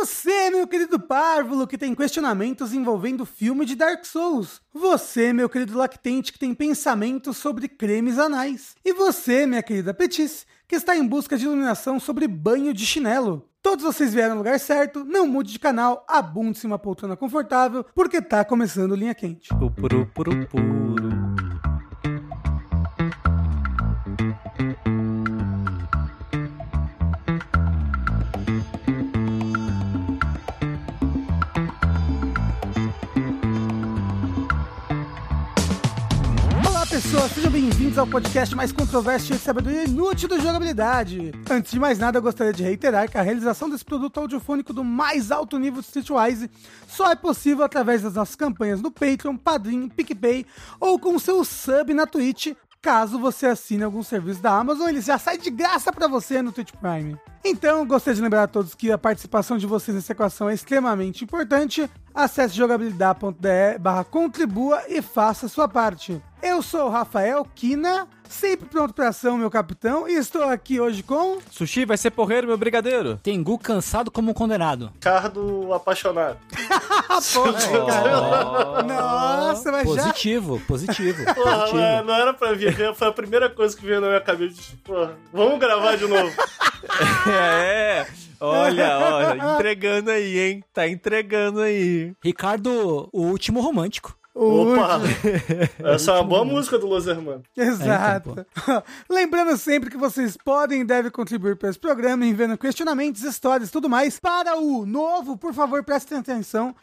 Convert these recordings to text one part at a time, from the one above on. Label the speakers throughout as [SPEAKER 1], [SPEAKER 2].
[SPEAKER 1] Você, meu querido párvulo, que tem questionamentos envolvendo o filme de Dark Souls. Você, meu querido lactente, que tem pensamentos sobre cremes anais. E você, minha querida Petis, que está em busca de iluminação sobre banho de chinelo. Todos vocês vieram no lugar certo, não mude de canal, abunde-se uma poltrona confortável, porque tá começando Linha Quente.
[SPEAKER 2] Pupuru, puru, puru.
[SPEAKER 1] Olá pessoas, sejam bem-vindos ao podcast mais controverso e sabedoria inútil do jogabilidade. Antes de mais nada, eu gostaria de reiterar que a realização desse produto audiofônico do mais alto nível de Streetwise só é possível através das nossas campanhas no Patreon, Padrim, PicPay ou com o seu sub na Twitch, caso você assine algum serviço da Amazon, ele já sai de graça pra você no Twitch Prime. Então, gostaria de lembrar a todos que a participação de vocês nessa equação é extremamente importante. Acesse jogabilidade.de barra contribua e faça a sua parte. Eu sou o Rafael Kina, sempre pronto pra ação, meu capitão, e estou aqui hoje com...
[SPEAKER 2] Sushi vai ser porreiro, meu brigadeiro.
[SPEAKER 3] Tengu cansado como um condenado.
[SPEAKER 4] Ricardo apaixonado.
[SPEAKER 1] Ah, porra, cara. Nossa, mas já...
[SPEAKER 3] Positivo, positivo,
[SPEAKER 4] Porra, mas
[SPEAKER 3] positivo.
[SPEAKER 4] não era pra vir, foi a primeira coisa que veio na minha cabeça. tipo, Porra, vamos gravar de novo.
[SPEAKER 2] É, olha, olha, entregando aí, hein? Tá entregando aí.
[SPEAKER 3] Ricardo, o último romântico.
[SPEAKER 1] O
[SPEAKER 4] Opa! Essa é uma boa música do Los Hermanos.
[SPEAKER 1] Exato. É, então, Lembrando sempre que vocês podem e devem contribuir para esse programa, enviando questionamentos, histórias e tudo mais para o novo, por favor, prestem atenção,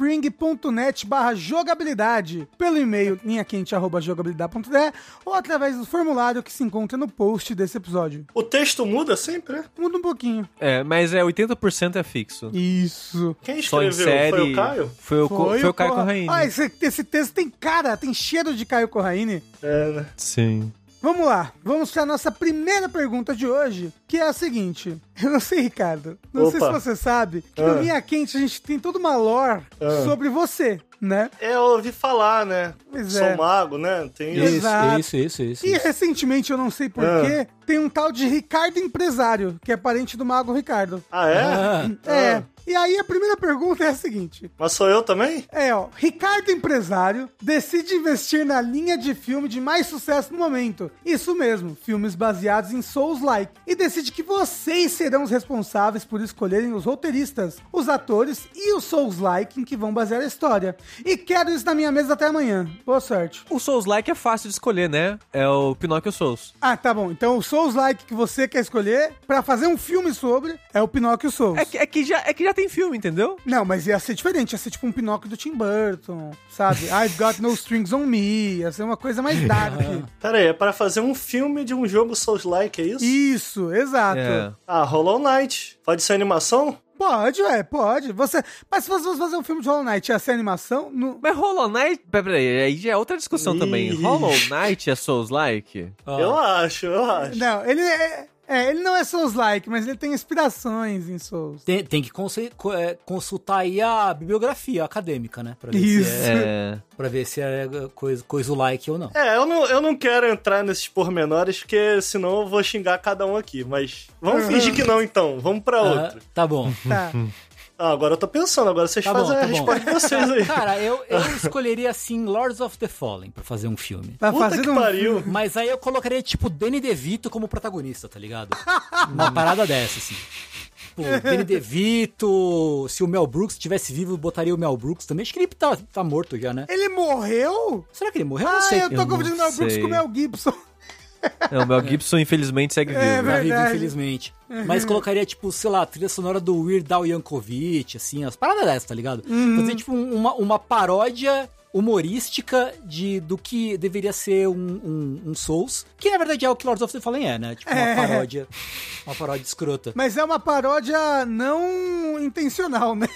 [SPEAKER 1] retrospring.net barra jogabilidade, pelo e-mail linhaquente.jogabilidade.de ou através do formulário que se encontra no post desse episódio.
[SPEAKER 4] O texto muda sempre, né?
[SPEAKER 1] Muda um pouquinho.
[SPEAKER 2] É, mas é 80% é fixo.
[SPEAKER 1] Isso.
[SPEAKER 4] Quem
[SPEAKER 2] Só em
[SPEAKER 4] escreveu?
[SPEAKER 2] série.
[SPEAKER 4] Foi o Caio?
[SPEAKER 2] Foi o, Co- foi o Caio
[SPEAKER 1] porra.
[SPEAKER 2] Corraine.
[SPEAKER 1] Ah, esse, esse texto tem cara, tem cheiro de Caio Corraine.
[SPEAKER 4] É, né?
[SPEAKER 2] Sim.
[SPEAKER 1] Vamos lá, vamos para nossa primeira pergunta de hoje, que é a seguinte. Eu não sei, Ricardo, não sei se
[SPEAKER 4] Opa.
[SPEAKER 1] você sabe, que
[SPEAKER 4] Ah.
[SPEAKER 1] no Linha Quente a gente tem toda uma lore
[SPEAKER 4] Ah.
[SPEAKER 1] sobre você, né?
[SPEAKER 4] É, eu ouvi falar, né?
[SPEAKER 1] Pois
[SPEAKER 4] Sou
[SPEAKER 1] é.
[SPEAKER 4] mago, né? Tem
[SPEAKER 1] Isso.
[SPEAKER 4] isso.
[SPEAKER 1] Exato.
[SPEAKER 3] isso, isso, isso.
[SPEAKER 1] E
[SPEAKER 3] isso.
[SPEAKER 1] recentemente, eu não sei
[SPEAKER 4] Ah.
[SPEAKER 1] porquê, tem um tal de Ricardo Empresário, que é parente do Mago Ricardo.
[SPEAKER 4] Ah, é?
[SPEAKER 3] Ah,
[SPEAKER 1] É.
[SPEAKER 4] Ah.
[SPEAKER 1] E aí a primeira pergunta é a seguinte.
[SPEAKER 4] Mas sou eu também?
[SPEAKER 1] É, ó, Ricardo Empresário decide investir na linha de filme de mais sucesso no momento. Isso mesmo, filmes baseados em Souls-like. E decide que vocês serão os responsáveis por escolherem os roteiristas, os atores e o Souls-like em que vão basear a história. E quero isso na minha mesa até amanhã. Boa sorte.
[SPEAKER 2] O Souls Like é fácil de escolher, né? É o Pinóquio Souls.
[SPEAKER 1] Ah, tá bom. Então o Souls-like que você quer escolher pra fazer um filme sobre é o Pinóquio Souls.
[SPEAKER 2] É que, é que já, é que já tem filme, entendeu?
[SPEAKER 1] Não, mas ia ser diferente, ia ser tipo um Pinóquio do Tim Burton, sabe? I've Got No Strings On Me, ia ser uma coisa mais dark.
[SPEAKER 4] Pera aí, é pra fazer um filme de um jogo Souls-like, é isso?
[SPEAKER 1] Isso, exato.
[SPEAKER 2] É.
[SPEAKER 4] Ah, Hollow Knight. Pode ser animação?
[SPEAKER 1] Pode, ué, pode. Você... Mas se você fosse fazer um filme de Hollow Knight e ia ser animação, não...
[SPEAKER 2] Mas Hollow Knight. Pera- Peraí, aí já é outra discussão
[SPEAKER 4] Ih.
[SPEAKER 2] também. Hollow Knight é Souls Like?
[SPEAKER 3] ó.
[SPEAKER 4] Eu acho, eu acho.
[SPEAKER 1] Não, ele é... é, ele não é Souls-like, mas ele tem inspirações em Souls.
[SPEAKER 3] Tem, tem que conse- co- é, consultar aí a bibliografia acadêmica, né? Pra ver
[SPEAKER 1] Isso.
[SPEAKER 3] se é, pra ver se é coisa, coisa like ou não.
[SPEAKER 4] É, eu não, eu não quero entrar nesses pormenores, porque senão eu vou xingar cada um aqui. Mas
[SPEAKER 3] Uhum.
[SPEAKER 4] vamos fingir que não, então. Vamos pra
[SPEAKER 3] Ah,
[SPEAKER 4] outro.
[SPEAKER 3] tá bom.
[SPEAKER 1] Tá.
[SPEAKER 4] Ah, agora eu tô pensando. Agora vocês
[SPEAKER 3] Tá bom,
[SPEAKER 4] fazem a
[SPEAKER 3] tá bom.
[SPEAKER 4] resposta de vocês aí.
[SPEAKER 3] Cara, eu, eu escolheria assim Lords of the Fallen pra fazer um filme.
[SPEAKER 1] Vai
[SPEAKER 4] Puta
[SPEAKER 1] fazer
[SPEAKER 4] que
[SPEAKER 1] um...
[SPEAKER 4] pariu.
[SPEAKER 3] Mas aí eu colocaria, tipo, Danny DeVito como protagonista, tá ligado? Uma parada dessa, assim. Tipo, Danny DeVito, se o Mel Brooks estivesse vivo, eu botaria o Mel Brooks também. Acho que ele tá, tá morto já, né?
[SPEAKER 1] Ele morreu?
[SPEAKER 3] Será que ele tá morreu? Eu não
[SPEAKER 1] Ah,
[SPEAKER 3] sei.
[SPEAKER 1] eu tô
[SPEAKER 2] eu
[SPEAKER 1] confundindo o
[SPEAKER 2] não
[SPEAKER 1] Mel Brooks
[SPEAKER 2] sei.
[SPEAKER 1] com o Mel Gibson.
[SPEAKER 2] É, o Mel Gibson, infelizmente, segue vivo.
[SPEAKER 1] É
[SPEAKER 2] né?
[SPEAKER 3] Tá vivo,
[SPEAKER 1] verdade.
[SPEAKER 3] infelizmente. Mas colocaria, tipo, sei lá, a trilha sonora do Weird Al Yankovic, assim, as paradas dessas, tá ligado?
[SPEAKER 1] Uhum.
[SPEAKER 3] Fazer, tipo, um- uma, uma paródia humorística de, do que deveria ser um, um, um Souls, que na verdade é o que Lords of the Fallen é, né? Tipo, uma
[SPEAKER 1] É.
[SPEAKER 3] paródia, uma paródia escrota.
[SPEAKER 1] Mas é uma paródia não intencional, né?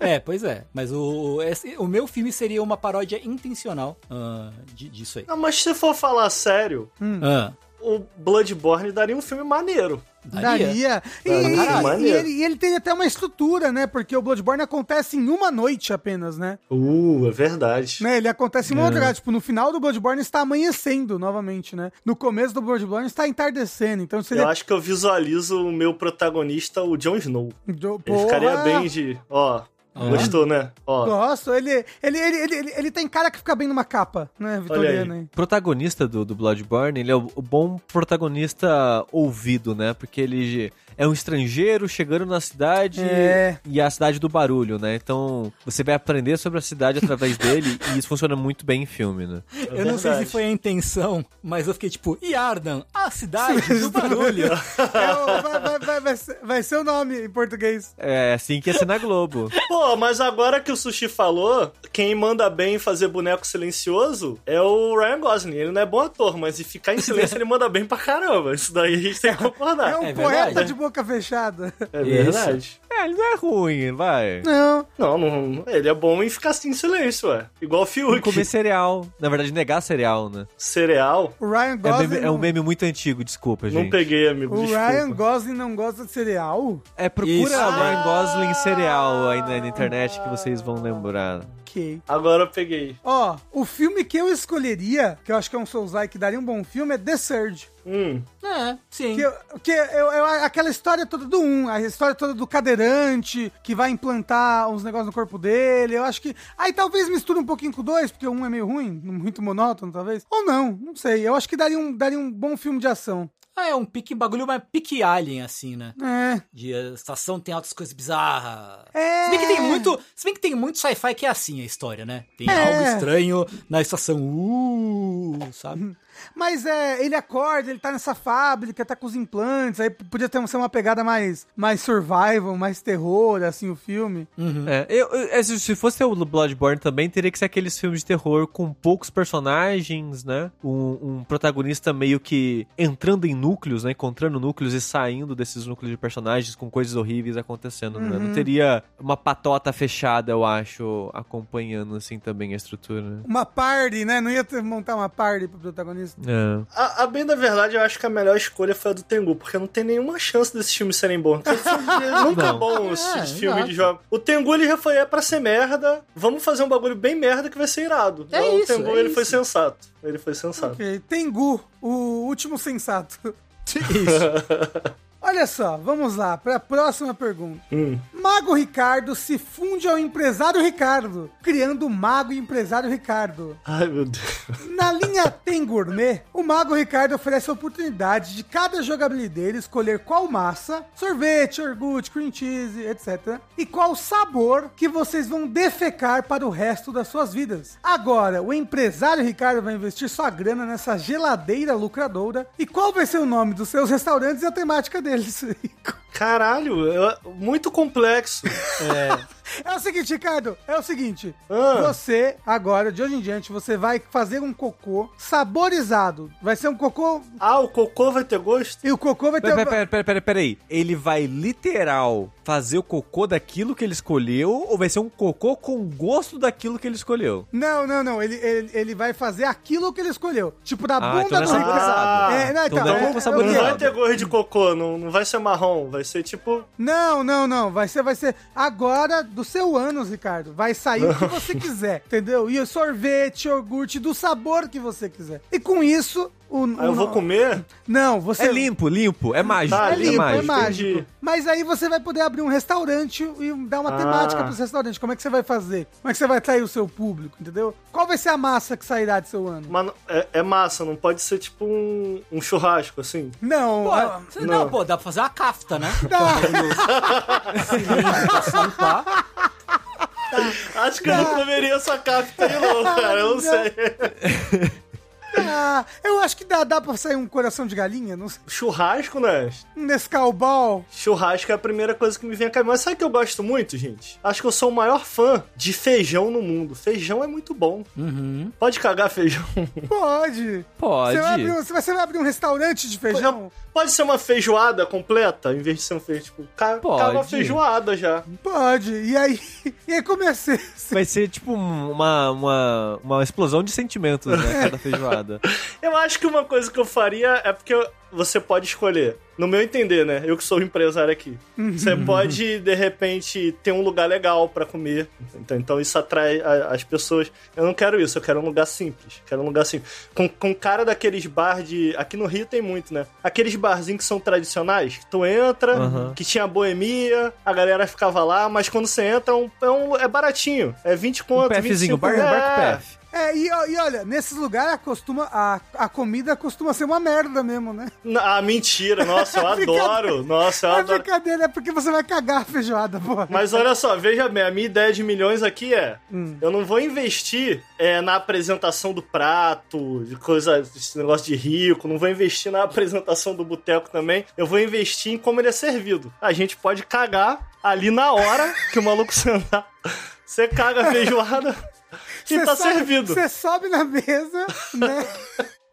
[SPEAKER 3] É, pois é. Mas o, o- esse- o meu filme seria uma paródia intencional ah, de, disso aí.
[SPEAKER 1] Hum.
[SPEAKER 4] Ah, mas se for falar sério,
[SPEAKER 3] Ah,
[SPEAKER 4] o Bloodborne daria um filme maneiro.
[SPEAKER 1] Daria. E, e-
[SPEAKER 4] Caralho.
[SPEAKER 1] e ele, e ele tem até uma estrutura, né? Porque o Bloodborne acontece em uma noite apenas, né?
[SPEAKER 4] Uh, é verdade.
[SPEAKER 1] Né, Ele acontece em uma madrugada. Tipo, no final do Bloodborne está amanhecendo novamente, né? No começo do Bloodborne está entardecendo. Então
[SPEAKER 4] Eu
[SPEAKER 1] seria.
[SPEAKER 4] acho que eu visualizo o meu protagonista, o Jon Snow.
[SPEAKER 1] Jo-
[SPEAKER 4] Ele
[SPEAKER 1] Porra!
[SPEAKER 4] ficaria bem de. Ó,
[SPEAKER 3] Ah.
[SPEAKER 4] gostou, né? Ó.
[SPEAKER 1] Nossa, ele, ele, ele, ele, ele, ele tem cara que fica bem numa capa, né, Vitoriano? hein?
[SPEAKER 2] protagonista do, do Bloodborne, ele é o, o bom protagonista ouvido, né? Porque ele é um estrangeiro chegando na cidade
[SPEAKER 1] É.
[SPEAKER 2] e é a cidade do barulho, né? Então você vai aprender sobre a cidade através dele e isso funciona muito bem em filme, né?
[SPEAKER 4] é
[SPEAKER 3] eu não sei se
[SPEAKER 4] verdade.
[SPEAKER 3] foi a intenção, mas eu fiquei tipo, Yardan, a cidade do barulho.
[SPEAKER 1] É o- vai, vai, vai, vai, ser, vai ser o nome em português.
[SPEAKER 2] É assim que ia ser na Globo.
[SPEAKER 4] Pô, mas agora que o Sushi falou, quem manda bem em fazer boneco silencioso é o Ryan Gosling. Ele não é bom ator, mas se ficar em silêncio ele manda bem pra caramba. Isso daí a gente tem que concordar.
[SPEAKER 1] É um
[SPEAKER 3] é verdade.
[SPEAKER 1] poeta de boca fechada.
[SPEAKER 4] É
[SPEAKER 2] É, ele não é ruim, vai.
[SPEAKER 1] Não.
[SPEAKER 4] Não, não, ele é bom em ficar assim em silêncio, ué. Igual o Fiuk.
[SPEAKER 2] Não é comer cereal. Na verdade, negar cereal, né?
[SPEAKER 4] Cereal?
[SPEAKER 1] O Ryan
[SPEAKER 2] É,
[SPEAKER 1] Gosling.
[SPEAKER 2] meme- é um meme muito antigo, desculpa,
[SPEAKER 4] Não
[SPEAKER 2] gente.
[SPEAKER 4] peguei, amigo.
[SPEAKER 1] O
[SPEAKER 4] desculpa.
[SPEAKER 1] Ryan Gosling não gosta de cereal?
[SPEAKER 2] É, procura
[SPEAKER 3] Isso.
[SPEAKER 2] Ryan Gosling cereal aí na, na internet que vocês vão lembrar.
[SPEAKER 1] Ok.
[SPEAKER 4] Agora eu peguei.
[SPEAKER 1] Ó, o filme que eu escolheria, que eu acho que é um Souls-like que daria um bom filme, é The Surge.
[SPEAKER 4] Hum,
[SPEAKER 3] É, sim.
[SPEAKER 1] Que, eu- que eu, eu- aquela história toda do um, a história toda do cadeirante que vai implantar uns negócios no corpo dele. Eu acho que. Aí talvez misture um pouquinho com o dois, porque o um é meio ruim, muito monótono, talvez. Ou não, não sei. Eu acho que daria um, daria um bom filme de ação.
[SPEAKER 3] Ah, é um pique bagulho, mas pique alien, assim, né?
[SPEAKER 1] É.
[SPEAKER 3] De a estação tem altas coisas bizarras.
[SPEAKER 1] É.
[SPEAKER 3] Se bem que tem muito, se bem que tem muito sci-fi que é assim a história, né? Tem
[SPEAKER 1] É.
[SPEAKER 3] algo estranho na estação, uh,
[SPEAKER 1] Uhum.
[SPEAKER 3] sabe?
[SPEAKER 1] Mas é, ele acorda, ele tá nessa fábrica, tá com os implantes, aí p- podia ter um- ser uma pegada mais, mais survival, mais terror, assim, o filme.
[SPEAKER 2] É, eu, eu- é, se, se fosse o Bloodborne também, teria que ser aqueles filmes de terror com poucos personagens, né? Um, um protagonista meio que entrando em núcleos, né? Encontrando núcleos e saindo desses núcleos de personagens com coisas horríveis acontecendo, né? Não teria uma patota fechada, eu acho, acompanhando assim também a estrutura. né?
[SPEAKER 1] Uma party, né? Não ia ter- montar uma party pro protagonista.
[SPEAKER 2] É.
[SPEAKER 4] a, a bem da verdade, eu acho que a melhor escolha foi a do Tengu, porque não tem nenhuma chance desses filmes serem bons. Porque esse filme- nunca é
[SPEAKER 2] Não.
[SPEAKER 4] bom esse
[SPEAKER 3] É,
[SPEAKER 4] filme
[SPEAKER 3] exato.
[SPEAKER 4] de jogo. O Tengu, ele já foi, é pra ser merda, vamos fazer um bagulho bem merda que vai ser irado.
[SPEAKER 3] É
[SPEAKER 4] Não,
[SPEAKER 3] isso,
[SPEAKER 4] o Tengu,
[SPEAKER 3] é
[SPEAKER 4] ele foi
[SPEAKER 3] isso.
[SPEAKER 4] sensato. Ele foi sensato.
[SPEAKER 1] Ok, Tengu, o último sensato.
[SPEAKER 3] Isso.
[SPEAKER 1] Olha só, vamos lá, pra próxima pergunta.
[SPEAKER 4] Hum.
[SPEAKER 1] Mago Ricardo se funde ao empresário Ricardo, criando o Mago e Empresário Ricardo.
[SPEAKER 4] Ai, meu Deus.
[SPEAKER 1] Na linha Tem Gourmet, o Mago Ricardo oferece a oportunidade de cada jogabilidade escolher qual massa, sorvete, iogurte, cream cheese, etc. E qual sabor que vocês vão defecar para o resto das suas vidas. Agora, o empresário Ricardo vai investir sua grana nessa geladeira lucradora. E qual vai ser o nome dos seus restaurantes e a temática deles?
[SPEAKER 4] Caralho, é muito complexo.
[SPEAKER 1] É o seguinte, Ricardo, é o seguinte.
[SPEAKER 4] Ah.
[SPEAKER 1] Você, agora, de hoje em diante, você vai fazer um cocô saborizado. Vai ser um cocô
[SPEAKER 4] Ah, o cocô vai ter gosto?
[SPEAKER 1] E o cocô vai ter.
[SPEAKER 2] Pera, pera, pera, pera, pera, pera aí. Ele vai literal fazer o cocô daquilo que ele escolheu ou vai ser um cocô com gosto daquilo que ele escolheu?
[SPEAKER 1] Não, não, não. Ele, ele, ele vai fazer aquilo que ele escolheu. Tipo, da
[SPEAKER 2] Ah,
[SPEAKER 1] bunda
[SPEAKER 2] então não
[SPEAKER 1] do
[SPEAKER 2] é
[SPEAKER 1] Ricardo.
[SPEAKER 2] saborizado.
[SPEAKER 1] É, não,
[SPEAKER 2] Então
[SPEAKER 1] então,
[SPEAKER 2] não é
[SPEAKER 1] é- é
[SPEAKER 2] cocô
[SPEAKER 1] o quê?
[SPEAKER 4] Não
[SPEAKER 2] saborizado.
[SPEAKER 4] vai ter gosto de cocô, não, não vai ser marrom, vai ser tipo.
[SPEAKER 1] Não, não, não. Vai ser, vai ser agora do seu ânus, Ricardo. Vai sair o que você quiser, entendeu? E o sorvete, iogurte, do sabor que você quiser. E com isso, o.
[SPEAKER 4] Ah, eu
[SPEAKER 1] o-
[SPEAKER 4] vou comer?
[SPEAKER 1] Não, você.
[SPEAKER 2] É limpo, limpo, é mágico,
[SPEAKER 4] Tá,
[SPEAKER 1] É
[SPEAKER 4] limpo,
[SPEAKER 1] limpo, é
[SPEAKER 4] mágico,
[SPEAKER 1] mágico.
[SPEAKER 4] entendi.
[SPEAKER 1] Mas aí você vai poder abrir um restaurante e dar uma
[SPEAKER 4] Ah.
[SPEAKER 1] temática pro restaurante. Como é que você vai fazer? Como é que você vai atrair o seu público, entendeu? Qual vai ser a massa que sairá de seu ânus?
[SPEAKER 4] Mas não- é, é massa, não pode ser tipo um, um churrasco, assim.
[SPEAKER 1] Ah, Não,
[SPEAKER 3] Pô,
[SPEAKER 1] a-
[SPEAKER 3] você- não,
[SPEAKER 4] Não.
[SPEAKER 3] pô, dá pra fazer uma cafta, né? um
[SPEAKER 1] Não.
[SPEAKER 4] Acho que eu não comeria essa capta de novo, cara. Eu não sei.
[SPEAKER 1] Ah, eu acho que dá, dá pra sair um coração de galinha, não sei.
[SPEAKER 4] Churrasco, né?
[SPEAKER 1] Um Nescau Ball.
[SPEAKER 4] Churrasco é a primeira coisa que me vem a cabeça. Mas sabe que eu gosto muito, gente? Acho que eu sou o maior fã de feijão no mundo. Feijão é muito bom.
[SPEAKER 3] Uhum.
[SPEAKER 4] Pode cagar feijão.
[SPEAKER 1] Pode.
[SPEAKER 2] Pode.
[SPEAKER 1] Você vai, abrir, um- você vai- você vai abrir um restaurante de feijão?
[SPEAKER 4] Pode ser uma feijoada completa, em vez de ser um feijão. Tipo, ca-
[SPEAKER 2] Pode.
[SPEAKER 4] cava uma feijoada já.
[SPEAKER 1] Pode. E aí, é e E aí comecei.
[SPEAKER 2] Vai ser tipo uma, uma, uma explosão de sentimentos, né? Cada feijoada.
[SPEAKER 4] Eu acho que uma coisa que eu faria é porque eu- você pode escolher. No meu entender, né? Eu que sou o empresário aqui. Você
[SPEAKER 2] Uhum.
[SPEAKER 4] pode, de repente, ter um lugar legal pra comer. Então, então isso atrai a- as pessoas. Eu não quero isso, eu quero um lugar simples. Quero um lugar simples. Com, com cara daqueles bar de. Aqui no Rio tem muito, né? Aqueles barzinhos que são tradicionais, que tu entra,
[SPEAKER 2] Aham.
[SPEAKER 4] que tinha boemia, a galera ficava lá, mas quando você entra, é, um- é um- é baratinho. É 20
[SPEAKER 2] Um
[SPEAKER 4] conto,
[SPEAKER 2] PFzinho,
[SPEAKER 4] 25
[SPEAKER 2] bar,
[SPEAKER 4] é.
[SPEAKER 2] bar com PF.
[SPEAKER 1] É, e, ó- e olha, nesses lugares costuma, a, a comida costuma ser uma merda mesmo, né?
[SPEAKER 4] Ah, mentira, nossa, eu adoro. Nossa, eu
[SPEAKER 1] é
[SPEAKER 4] adoro.
[SPEAKER 1] brincadeira, é porque você vai cagar a feijoada, porra.
[SPEAKER 4] Mas olha só, veja bem, a minha ideia de milhões aqui é:
[SPEAKER 1] Hum.
[SPEAKER 4] eu não vou investir é, na apresentação do prato, de coisa, esse negócio de rico, não vou investir na apresentação do boteco também. Eu vou investir em como ele é servido. A gente pode cagar ali na hora que o maluco sentar. Você caga a feijoada e tá
[SPEAKER 1] sobe-
[SPEAKER 4] servido.
[SPEAKER 1] Você sobe na mesa, né?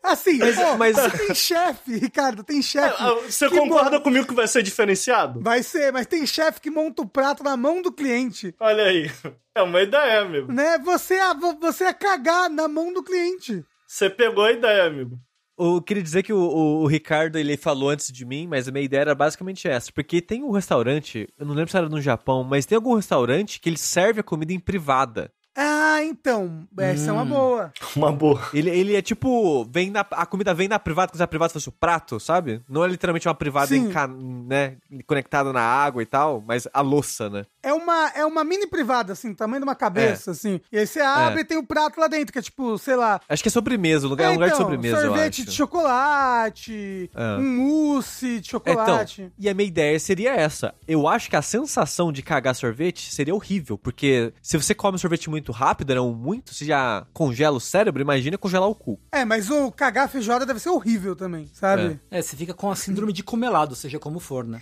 [SPEAKER 1] Assim, ó,
[SPEAKER 2] mas-
[SPEAKER 1] tem chefe, Ricardo, tem chefe.
[SPEAKER 4] Ah, Você
[SPEAKER 1] que
[SPEAKER 4] concorda
[SPEAKER 1] mon-
[SPEAKER 4] comigo que vai ser diferenciado?
[SPEAKER 1] Vai ser, mas tem chefe que monta o prato na mão do cliente.
[SPEAKER 4] Olha aí. É uma ideia, amigo.
[SPEAKER 1] Né? Você é, você é cagar na mão do cliente.
[SPEAKER 4] Você pegou a ideia, amigo.
[SPEAKER 2] Eu queria dizer que o, o- o Ricardo ele falou antes de mim, mas a minha ideia era basicamente essa. Porque tem um restaurante, eu não lembro se era no Japão, mas tem algum restaurante que ele serve a comida em privada.
[SPEAKER 1] Ah, então, essa é uma
[SPEAKER 2] Hum.
[SPEAKER 1] boa.
[SPEAKER 4] Uma boa.
[SPEAKER 2] Ele, ele é tipo, vem na, a comida vem na privada, como se a privada fosse o prato, sabe? Não é literalmente uma privada
[SPEAKER 1] Sim.
[SPEAKER 2] em ca- né, conectada na água e tal, mas a louça, né?
[SPEAKER 1] É uma, é uma mini privada, assim, tamanho de uma
[SPEAKER 2] É.
[SPEAKER 1] cabeça, assim. E aí você abre e tem o prato lá dentro, que é tipo, sei lá. então,
[SPEAKER 2] Acho que é sobremesa, o lugar, é um lugar de sobremesa, eu
[SPEAKER 1] sorvete
[SPEAKER 2] acho.
[SPEAKER 1] de chocolate,
[SPEAKER 2] É.
[SPEAKER 1] um mousse de
[SPEAKER 2] É, Então,
[SPEAKER 1] chocolate.
[SPEAKER 2] e a minha ideia seria essa. Eu acho que a sensação de cagar sorvete seria horrível, porque se você come sorvete muito rápido, não muito, você já congela o cérebro, imagina congelar o cu.
[SPEAKER 1] É, mas o cagar feijoada deve ser horrível também, sabe?
[SPEAKER 3] É, você fica com a síndrome de comelado, seja como for, né?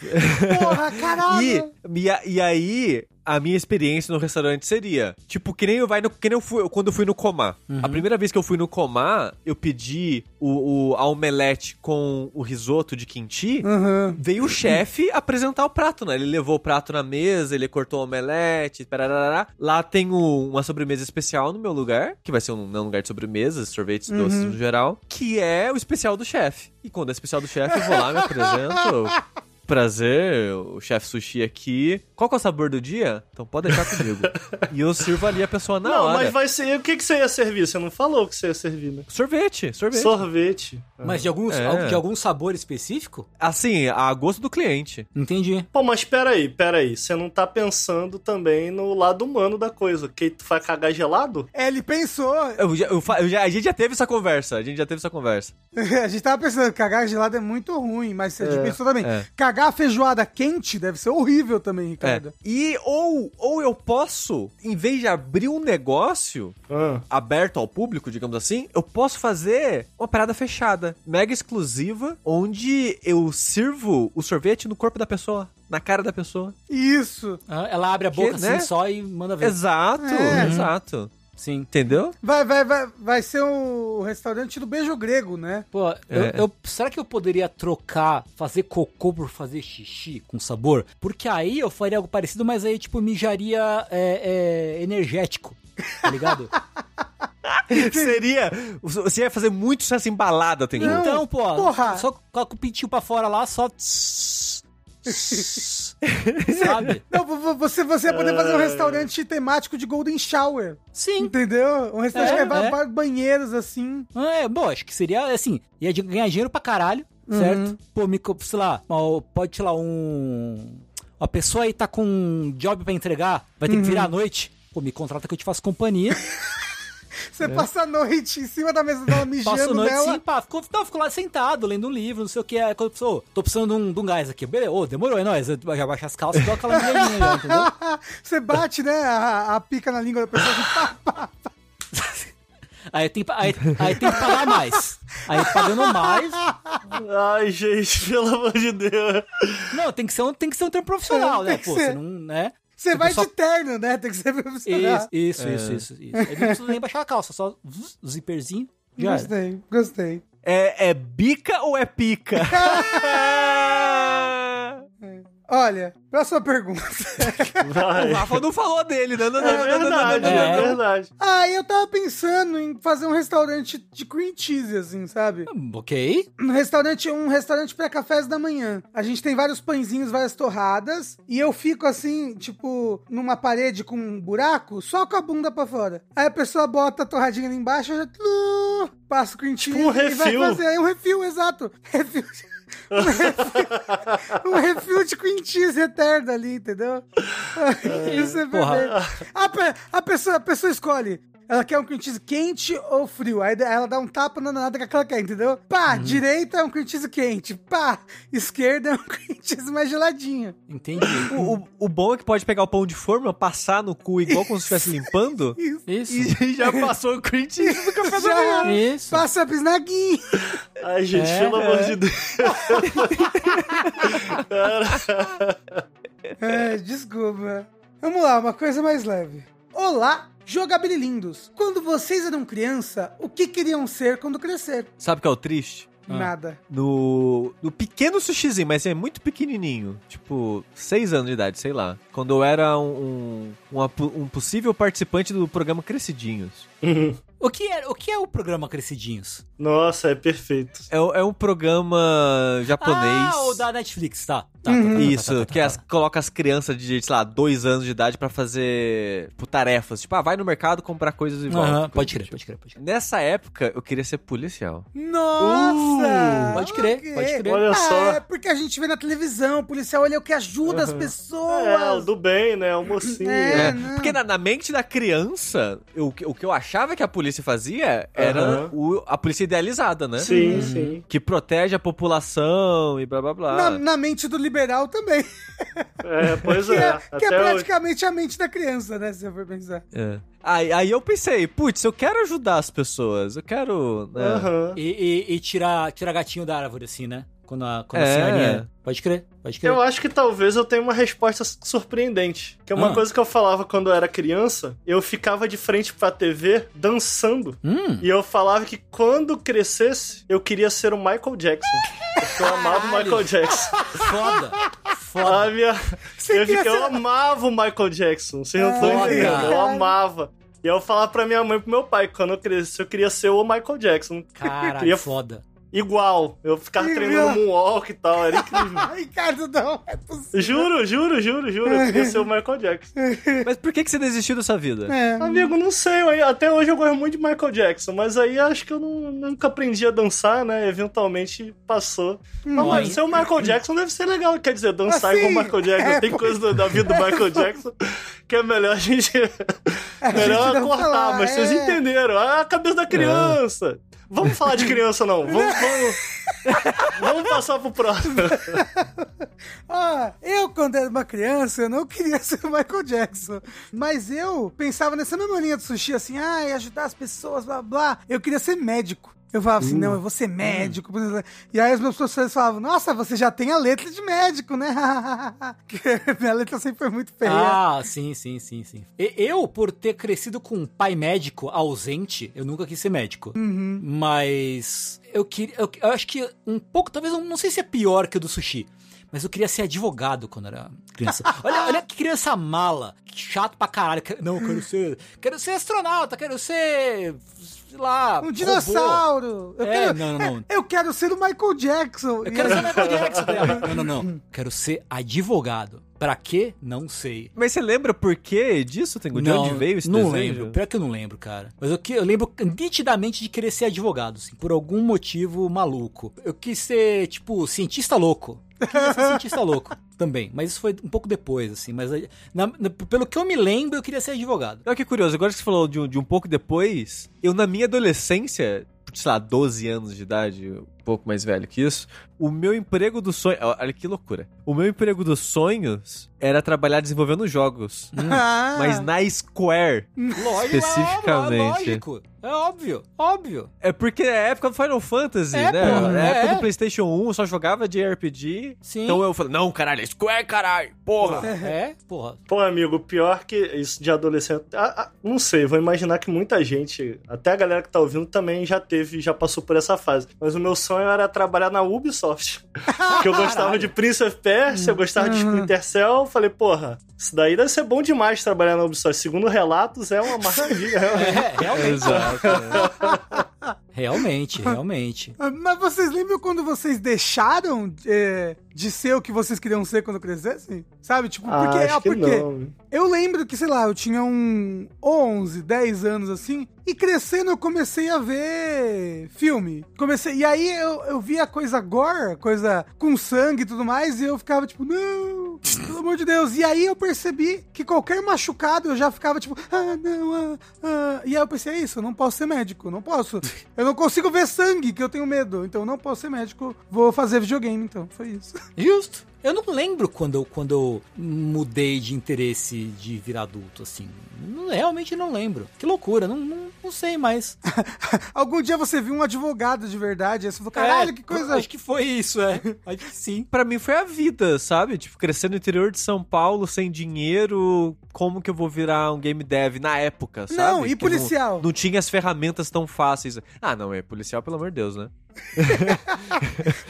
[SPEAKER 1] Porra, caralho!
[SPEAKER 2] É. E, e, a- e aí, a minha experiência no restaurante seria, tipo, que nem eu, vai no, que nem eu fui, quando eu fui no Comar. A primeira vez que eu fui no Comar, eu pedi o, o, a omelete com o risoto de quinti,
[SPEAKER 1] Aham.
[SPEAKER 2] Veio o chefe apresentar o prato, né? Ele levou o prato na mesa, ele cortou o omelete, parará. Lá tem o- uma sobremesa especial no meu lugar, que vai ser um, não um lugar de sobremesas, sorvetes,
[SPEAKER 4] Uhum.
[SPEAKER 2] doces no geral, que é o especial do chefe. E quando é especial do chefe, eu vou lá, me apresento. Prazer, o chefe sushi aqui. Qual que é o sabor do dia? Então pode deixar comigo. e eu sirvo ali a pessoa na
[SPEAKER 4] não,
[SPEAKER 2] hora.
[SPEAKER 4] mas vai ser. O que, que você ia servir? Você não falou o que você ia servir, né?
[SPEAKER 2] Sorvete, sorvete.
[SPEAKER 4] Sorvete.
[SPEAKER 3] Mas de, alguns,
[SPEAKER 2] É.
[SPEAKER 3] al- de algum sabor específico?
[SPEAKER 2] Assim, a gosto do cliente.
[SPEAKER 3] Entendi.
[SPEAKER 4] Pô, mas peraí, peraí. Você não tá pensando também no lado humano da coisa. Que tu vai cagar gelado?
[SPEAKER 1] É, ele pensou.
[SPEAKER 2] Eu já- eu fa- eu já- a gente já teve essa conversa, a gente já teve essa conversa.
[SPEAKER 1] A gente tava pensando, cagar gelado é muito ruim, mas a gente pensou também.
[SPEAKER 2] é.
[SPEAKER 1] Cagar feijoada quente deve ser horrível também,
[SPEAKER 2] É.
[SPEAKER 1] Ricardo.
[SPEAKER 2] E ou, ou eu posso, em vez de abrir um negócio
[SPEAKER 4] Ah.
[SPEAKER 2] aberto ao público, digamos assim, eu posso fazer uma parada fechada, mega exclusiva, onde eu sirvo o sorvete no corpo da pessoa, na cara da pessoa.
[SPEAKER 1] Isso.
[SPEAKER 3] Ah, Ela abre a boca assim
[SPEAKER 2] né?
[SPEAKER 3] só e manda ver.
[SPEAKER 2] Exato,
[SPEAKER 1] É.
[SPEAKER 2] exato.
[SPEAKER 3] Sim.
[SPEAKER 2] Entendeu?
[SPEAKER 1] Vai, vai, vai, vai ser o restaurante do beijo grego, né?
[SPEAKER 3] Pô, eu-
[SPEAKER 2] É.
[SPEAKER 3] eu- será que eu poderia trocar fazer cocô por fazer xixi com sabor? Porque aí eu faria algo parecido, mas aí tipo mijaria é, é, energético, tá ligado?
[SPEAKER 2] Seria. Você ia fazer muito sucesso em balada, tem
[SPEAKER 1] Não.
[SPEAKER 3] então, pô,
[SPEAKER 1] porra.
[SPEAKER 3] só coloca o pintinho pra fora lá, só... tss, tss, Sabe?
[SPEAKER 1] Não, vo- vo- você, você ia poder fazer um
[SPEAKER 3] É.
[SPEAKER 4] Ai.
[SPEAKER 1] restaurante temático de Golden Shower.
[SPEAKER 3] Sim.
[SPEAKER 1] Entendeu? Um restaurante
[SPEAKER 3] É,
[SPEAKER 1] que vai
[SPEAKER 3] é.
[SPEAKER 1] para banheiros assim.
[SPEAKER 3] É, bom, acho que seria assim, ia de- ganhar dinheiro pra caralho,
[SPEAKER 1] Uhum.
[SPEAKER 3] certo? Pô, me, co- sei lá, uma- pode, sei lá, um. Uma pessoa aí tá com um job pra entregar, vai ter que virar à
[SPEAKER 1] Uhum.
[SPEAKER 3] noite. Pô, me contrata que eu te faço companhia.
[SPEAKER 1] Você passa a noite em cima da mesa dela
[SPEAKER 3] Passo É. a
[SPEAKER 1] mijando
[SPEAKER 3] noite
[SPEAKER 1] nela.
[SPEAKER 3] sim, pá. Ficou, não, ficou lá sentado, lendo um livro, não sei o que. Aí quando a pessoa, ô, tô precisando de um, de um gás aqui. Beleza, ô, demorou, é nóis. Eu já baixo as calças e dou aquela mijaninha já, entendeu?
[SPEAKER 1] Você bate, né, a, a pica na língua da pessoa assim, pá, pá.
[SPEAKER 3] Aí tem, pa- aí, aí tem que pagar mais. Aí pagando mais.
[SPEAKER 4] Ai, gente, pelo amor de Deus.
[SPEAKER 3] Não, tem que ser um, tem que ser um trampo profissional,
[SPEAKER 1] É,
[SPEAKER 3] né?
[SPEAKER 1] tem que
[SPEAKER 3] Pô,
[SPEAKER 1] ser.
[SPEAKER 3] você não, né?
[SPEAKER 1] Você
[SPEAKER 3] Tipo,
[SPEAKER 1] vai
[SPEAKER 3] só-
[SPEAKER 1] de terno, né? Tem que ser profissional.
[SPEAKER 3] Isso, isso, isso, isso, isso. Aí não precisa nem baixar a calça, só zzz, zíperzinho. Já era.
[SPEAKER 1] Gostei, gostei.
[SPEAKER 2] É, é bica ou é pica?
[SPEAKER 1] Olha, próxima pergunta.
[SPEAKER 2] O
[SPEAKER 4] Vai.
[SPEAKER 2] Rafa não falou dele, né? Não, não,
[SPEAKER 4] É
[SPEAKER 2] não, não, não, não,
[SPEAKER 4] verdade,
[SPEAKER 2] não, não.
[SPEAKER 4] é verdade.
[SPEAKER 1] ah, eu tava pensando em fazer um restaurante de cream cheese, assim, sabe?
[SPEAKER 3] Hum, Ok.
[SPEAKER 1] Um restaurante, um restaurante para cafés da manhã. A gente tem vários pãezinhos, várias torradas, e eu fico assim, tipo, numa parede com um buraco, só com a bunda pra fora. Aí a pessoa bota a torradinha ali embaixo, eu já tlu, passa o cream cheese
[SPEAKER 4] um
[SPEAKER 1] e vai
[SPEAKER 4] refil.
[SPEAKER 1] fazer. É um refil, exato. Refil. Um refil, um refil de cream cheese eterno ali, entendeu? Isso é
[SPEAKER 3] porra.
[SPEAKER 1] verdade. A, pe- a pessoa, a pessoa escolhe. Ela quer um cream cheese quente ou frio. Aí ela dá um tapa na nada que ela quer, entendeu? Pá, direita é um cream cheese quente. Pá, esquerda é um cream cheese mais geladinho.
[SPEAKER 3] Entendi.
[SPEAKER 2] O, o- o bom é que pode pegar o pão de forma, passar no cu igual como se estivesse limpando
[SPEAKER 1] Isso.
[SPEAKER 3] Isso.
[SPEAKER 2] e já passou o cream cheese no café da manhã.
[SPEAKER 1] Já
[SPEAKER 3] Isso.
[SPEAKER 1] passa a bisnaguinha.
[SPEAKER 4] Ai, gente,
[SPEAKER 3] É,
[SPEAKER 4] pelo amor
[SPEAKER 3] é.
[SPEAKER 4] de Deus.
[SPEAKER 1] É, desculpa. Vamos lá, uma coisa mais leve. Olá, jogabililindos. Quando vocês eram criança, o que queriam ser quando crescer?
[SPEAKER 2] Sabe o que é o triste?
[SPEAKER 3] Ah.
[SPEAKER 1] Nada.
[SPEAKER 2] No, no pequeno sushizinho, mas é muito pequenininho. Tipo, 6 anos de idade, sei lá. Quando eu era um, um, uma po- um possível participante do programa Crescidinhos.
[SPEAKER 3] O que, é, o que é o programa Crescidinhos?
[SPEAKER 4] Nossa, é perfeito.
[SPEAKER 2] É, o- é um programa japonês.
[SPEAKER 3] Ah, o da Netflix, tá. Tá, tá, tá, tá,
[SPEAKER 2] Isso,
[SPEAKER 3] tá, tá, tá,
[SPEAKER 2] que é
[SPEAKER 3] tá.
[SPEAKER 2] as- coloca as crianças de, sei lá, dois anos de idade pra fazer tipo, tarefas. Tipo, ah, vai no mercado comprar coisas e volta.
[SPEAKER 3] Aham,
[SPEAKER 2] coisa
[SPEAKER 3] pode
[SPEAKER 2] do
[SPEAKER 3] crer,
[SPEAKER 2] tipo.
[SPEAKER 3] pode crer, pode crer.
[SPEAKER 2] Nessa época, eu queria ser policial.
[SPEAKER 1] Nossa!
[SPEAKER 3] Uh, pode crer,
[SPEAKER 1] ok.
[SPEAKER 3] pode crer.
[SPEAKER 4] Olha
[SPEAKER 1] ah,
[SPEAKER 4] só.
[SPEAKER 1] É porque a gente vê na televisão, o policial ele é o que ajuda as pessoas.
[SPEAKER 4] É, o do bem, né? O mocinho.
[SPEAKER 1] É.
[SPEAKER 2] É,
[SPEAKER 1] não.
[SPEAKER 2] porque na, na mente da criança, eu- o que- o que eu achava que a polícia fazia era o- a polícia idealizada, né?
[SPEAKER 4] Sim, sim.
[SPEAKER 2] Que protege a população e blá blá blá.
[SPEAKER 1] na, na mente do liberal também.
[SPEAKER 4] É, pois
[SPEAKER 1] Que
[SPEAKER 4] é.
[SPEAKER 1] é, que é
[SPEAKER 4] Até hoje.
[SPEAKER 1] praticamente a mente da criança, né? Se eu for pensar.
[SPEAKER 2] É. Aí, aí eu pensei, putz, eu quero ajudar as pessoas, eu quero. né?
[SPEAKER 4] Aham.
[SPEAKER 3] E, e- e tirar, tirar gatinho da árvore, assim, né? Quando a, quando
[SPEAKER 2] É.
[SPEAKER 3] a senhorinha... Pode crer, pode crer.
[SPEAKER 4] Eu acho que talvez eu tenha uma resposta surpreendente. Que é uma
[SPEAKER 3] Ah.
[SPEAKER 4] coisa que eu falava quando eu era criança. Eu ficava de frente pra TV dançando.
[SPEAKER 3] Hum.
[SPEAKER 4] E eu falava que quando crescesse, eu queria ser o Michael Jackson. Porque eu amava o Michael Jackson.
[SPEAKER 3] Foda,
[SPEAKER 4] A
[SPEAKER 3] foda.
[SPEAKER 4] minha...
[SPEAKER 1] Você
[SPEAKER 4] eu,
[SPEAKER 1] queria
[SPEAKER 4] fiquei- eu
[SPEAKER 1] ser-
[SPEAKER 4] amava o Michael Jackson. Vocês não estão
[SPEAKER 3] Foda.
[SPEAKER 4] entendendo. Eu amava. E eu falava pra minha mãe e pro meu pai que quando eu crescesse, eu queria ser o Michael Jackson.
[SPEAKER 3] Caralho,
[SPEAKER 4] queria-
[SPEAKER 3] foda.
[SPEAKER 4] Igual. Eu ficava
[SPEAKER 1] Que
[SPEAKER 4] treinando
[SPEAKER 1] merda.
[SPEAKER 4] moonwalk e tal. Era incrível.
[SPEAKER 1] Ricardo, não é possível.
[SPEAKER 4] juro, juro, juro, juro. Eu queria ser o Michael Jackson.
[SPEAKER 2] Mas por que, que você desistiu dessa vida?
[SPEAKER 1] É.
[SPEAKER 4] Amigo, não sei, eu- até hoje eu gosto muito de Michael Jackson, mas aí acho que eu não- nunca aprendi a dançar, né? Eventualmente passou. Mas
[SPEAKER 3] Hum.
[SPEAKER 4] ué, ser o Michael Jackson deve ser legal, quer dizer, dançar
[SPEAKER 1] Assim,
[SPEAKER 4] igual o Michael Jackson.
[SPEAKER 1] é,
[SPEAKER 4] Tem
[SPEAKER 1] pois-
[SPEAKER 4] coisa do- da vida do Michael Jackson que é melhor a gente. melhor
[SPEAKER 1] não
[SPEAKER 4] cortar,
[SPEAKER 1] falar,
[SPEAKER 4] mas vocês
[SPEAKER 1] é.
[SPEAKER 4] entenderam. Ah, a cabeça da criança. Vamos falar de criança, não. Vamos, vamos, vamos passar pro próximo.
[SPEAKER 1] Ah, eu, quando era uma criança, eu não queria ser o Michael Jackson. Mas eu pensava nessa mesma linha de sushi, assim, ah, ia ajudar as pessoas, blá blá. Eu queria ser médico. Eu falava assim, não, eu vou ser
[SPEAKER 3] Hum.
[SPEAKER 1] médico. E aí os meus professores falavam, nossa, você já tem a letra de médico, né? Que Minha letra sempre foi muito feia.
[SPEAKER 3] Ah, sim, sim, sim, sim. E- Eu, por ter crescido com um pai médico ausente, eu nunca quis ser médico.
[SPEAKER 1] Uhum.
[SPEAKER 3] Mas eu queria. Eu, eu acho que um pouco, talvez eu não sei se é pior que o do sushi. Mas eu queria ser advogado quando era criança. Olha, olha que criança mala. que Chato pra caralho. que- Não, eu quero ser. Quero ser astronauta, quero ser. Sei lá.
[SPEAKER 1] um
[SPEAKER 3] robô.
[SPEAKER 1] dinossauro. Eu
[SPEAKER 3] É,
[SPEAKER 1] quero,
[SPEAKER 3] não, não, não.
[SPEAKER 1] Eu quero ser o Michael Jackson.
[SPEAKER 3] Eu quero ser um Michael Jackson dela. Não, não, não. Quero ser advogado. Pra quê? Não sei.
[SPEAKER 2] Mas você lembra por que disso, Tengu? De onde veio esse
[SPEAKER 3] Não
[SPEAKER 2] desejo?
[SPEAKER 3] lembro, pior que eu não lembro, cara. Mas eu, que- eu lembro nitidamente de querer ser advogado, assim, por algum motivo maluco. Eu quis ser, tipo, cientista louco. Eu queria ser cientista louco também, mas isso foi um pouco depois, assim. Mas aí, na- na- pelo que eu me lembro, eu queria ser advogado.
[SPEAKER 2] Olha que curioso, agora que você falou de um, de um pouco depois, eu na minha adolescência, sei lá, 12 anos de idade, um pouco mais velho que isso, o meu emprego do sonho. ó, Olha que loucura. O meu emprego dos sonhos era trabalhar desenvolvendo jogos.
[SPEAKER 1] Ah,
[SPEAKER 2] Mas na Square.
[SPEAKER 3] Lógico, é óbvio, é
[SPEAKER 2] Especificamente.
[SPEAKER 3] lógico. É óbvio, óbvio.
[SPEAKER 2] É porque é a época do Final Fantasy,
[SPEAKER 3] É,
[SPEAKER 2] né?
[SPEAKER 3] porra,
[SPEAKER 2] na época
[SPEAKER 3] é.
[SPEAKER 2] do PlayStation 1, eu só jogava de RPG.
[SPEAKER 3] Sim.
[SPEAKER 2] Então eu falei, não, caralho, Square, caralho, porra.
[SPEAKER 3] É, porra.
[SPEAKER 4] Pô, amigo, pior que isso de adolescente. Ah, ah, não sei, vou imaginar que muita gente, até a galera que tá ouvindo, também já teve, já passou por essa fase. Mas o meu sonho era trabalhar na Ubisoft. Porque eu gostava de Prince of Persia, eu gostava de
[SPEAKER 1] Uhum.
[SPEAKER 4] Splinter Cell. eu Falei, porra, isso daí deve ser bom demais trabalhar na Ubisoft. Segundo relatos, é uma maravilha. realmente.
[SPEAKER 3] É, realmente.
[SPEAKER 2] Exato. é.
[SPEAKER 3] Realmente, realmente.
[SPEAKER 1] Ah, Mas vocês lembram quando vocês deixaram é, de ser o que vocês queriam ser quando crescessem? Sabe? Tipo,
[SPEAKER 4] Ah,
[SPEAKER 1] porque,
[SPEAKER 4] acho
[SPEAKER 1] ah,
[SPEAKER 4] que
[SPEAKER 1] porque
[SPEAKER 4] não.
[SPEAKER 1] eu lembro que, sei lá, eu tinha um 11, 10 anos assim, e crescendo eu comecei a ver filme. Comecei, e aí eu, eu via coisa gore, coisa com sangue e tudo mais, e eu ficava tipo, não, pelo amor de Deus. E aí eu percebi que qualquer machucado eu já ficava tipo, ah, não, ah, ah. E aí eu pensei, é isso, eu não posso ser médico, não posso. Eu não consigo ver sangue, que eu tenho medo. Então eu não posso ser médico, vou fazer videogame, então. Foi isso.
[SPEAKER 3] Justo. Eu não lembro quando eu, quando eu mudei de interesse de virar adulto, assim. Não- realmente não lembro. Que loucura, não, não, não sei mais.
[SPEAKER 1] Algum dia você viu um advogado de verdade, aí você falou, caralho,
[SPEAKER 3] É,
[SPEAKER 1] que coisa.
[SPEAKER 3] Acho que foi isso, é. Acho que sim.
[SPEAKER 2] Pra mim foi a vida, sabe? Tipo, crescer no interior de São Paulo, sem dinheiro, como que eu vou virar um game dev na época, sabe?
[SPEAKER 1] Não, e
[SPEAKER 2] Que
[SPEAKER 1] policial?
[SPEAKER 2] Não, não tinha as ferramentas tão fáceis. Ah, não, é policial, pelo amor de Deus, né?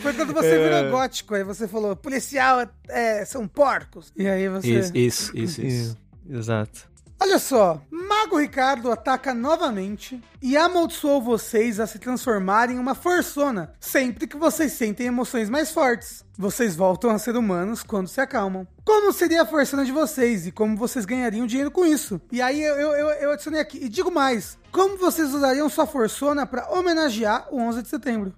[SPEAKER 1] Foi quando você virou gótico, aí você falou, policial é, são porcos. E aí você.
[SPEAKER 3] Isso, isso, isso. isso.
[SPEAKER 2] É, Exato.
[SPEAKER 1] Olha só, Mago Ricardo ataca novamente e amaldiçoou vocês a se transformarem em uma forçona sempre que vocês sentem emoções mais fortes. Vocês voltam a ser humanos quando se acalmam. Como seria a forçona de vocês e como vocês ganhariam dinheiro com isso? E aí eu, eu, eu- eu adicionei aqui, e digo mais, como vocês usariam sua forçona para homenagear o 11 de setembro?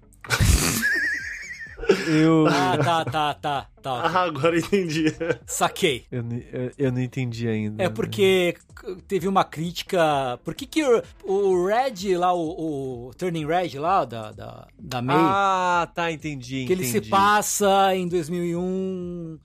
[SPEAKER 2] Eu,
[SPEAKER 3] Ah, tá, tá, tá, tá.
[SPEAKER 4] Ah, agora eu entendi.
[SPEAKER 3] Saquei.
[SPEAKER 2] eu, n- eu, eu não entendi ainda. né?
[SPEAKER 3] É porque c- teve uma crítica. Por que, que o, o Red lá, o, o Turning Red lá, da, da, da May,
[SPEAKER 2] Ah, tá, entendi.
[SPEAKER 3] que ele se
[SPEAKER 2] entendi.
[SPEAKER 3] passa em 2001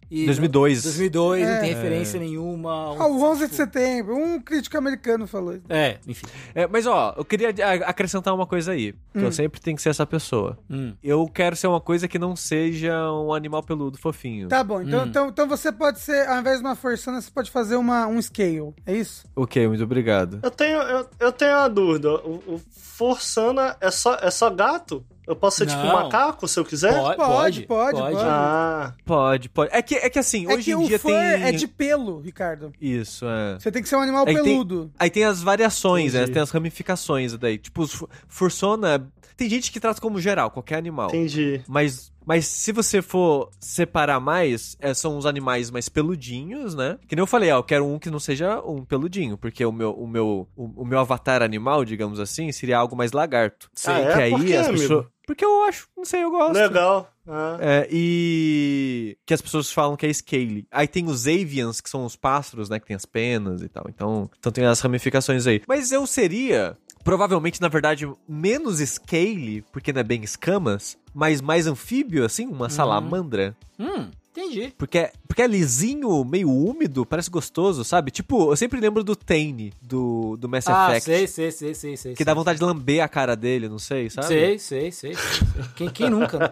[SPEAKER 3] e.
[SPEAKER 2] 2002.
[SPEAKER 3] 2002,
[SPEAKER 1] É.
[SPEAKER 3] não tem referência nenhuma. um
[SPEAKER 1] Ah, o 11 de setembro, um crítico americano falou isso.
[SPEAKER 3] É, enfim.
[SPEAKER 2] É, mas ó, eu queria a- acrescentar uma coisa aí. Que eu sempre tenho que ser essa pessoa.
[SPEAKER 3] Hum.
[SPEAKER 2] Eu quero ser uma coisa que não seja um animal peludo fofinho.
[SPEAKER 1] Tá bom, então, então, então você pode ser, ao invés de uma forçona, você pode fazer uma, um scale, é isso?
[SPEAKER 2] Ok, muito obrigado.
[SPEAKER 4] Eu tenho, eu, eu tenho uma dúvida. O, o Forçana é só, é só gato? Eu posso ser tipo
[SPEAKER 3] Não.
[SPEAKER 4] macaco se eu quiser?
[SPEAKER 3] Pode,
[SPEAKER 1] pode,
[SPEAKER 3] pode,
[SPEAKER 1] pode,
[SPEAKER 3] pode,
[SPEAKER 1] pode.
[SPEAKER 4] Ah,
[SPEAKER 2] Pode, pode. É que, é que assim,
[SPEAKER 1] É
[SPEAKER 2] hoje
[SPEAKER 1] que
[SPEAKER 2] em
[SPEAKER 1] o
[SPEAKER 2] dia
[SPEAKER 1] fur
[SPEAKER 2] tem.
[SPEAKER 1] é de pelo, Ricardo.
[SPEAKER 2] Isso, é.
[SPEAKER 1] Você tem que ser um animal
[SPEAKER 2] É que tem-
[SPEAKER 1] peludo.
[SPEAKER 2] Aí tem as variações, né?
[SPEAKER 4] Entendi.
[SPEAKER 2] Tem as ramificações daí. Tipo, os fu- fursona. Tem gente que trata como geral, qualquer animal.
[SPEAKER 4] entendi.
[SPEAKER 2] Mas, mas se você for separar mais, é, são os animais mais peludinhos, né? Que nem eu falei, ó, eu quero um que não seja um peludinho, porque o meu, o meu, o, o meu avatar animal, digamos assim, seria algo mais lagarto.
[SPEAKER 4] Ah, é?
[SPEAKER 2] Que aí
[SPEAKER 4] Por quê,
[SPEAKER 2] as
[SPEAKER 4] amigo?
[SPEAKER 2] pessoas. Porque eu acho, não sei, eu gosto.
[SPEAKER 4] Legal. Ah.
[SPEAKER 2] É, e que as pessoas falam que é scale. Aí tem os avians, que são os pássaros, né? Que tem as penas e tal. Então, então tem as ramificações aí. Mas eu seria, provavelmente, na verdade, menos scale, porque não é bem escamas, mas mais anfíbio, assim, uma
[SPEAKER 3] Uhum.
[SPEAKER 2] salamandra.
[SPEAKER 3] Hum, entendi.
[SPEAKER 2] Porque é, porque é lisinho, meio úmido, parece gostoso, sabe? Tipo, eu sempre lembro do Tane, do, do Mass
[SPEAKER 3] ah,
[SPEAKER 2] Effect.
[SPEAKER 3] sei, sei, sei, sei, sei.
[SPEAKER 2] Que dá vontade de lamber a cara dele, não sei, sabe?
[SPEAKER 3] Sei, sei, sei. sei, sei. Quem, quem nunca? né?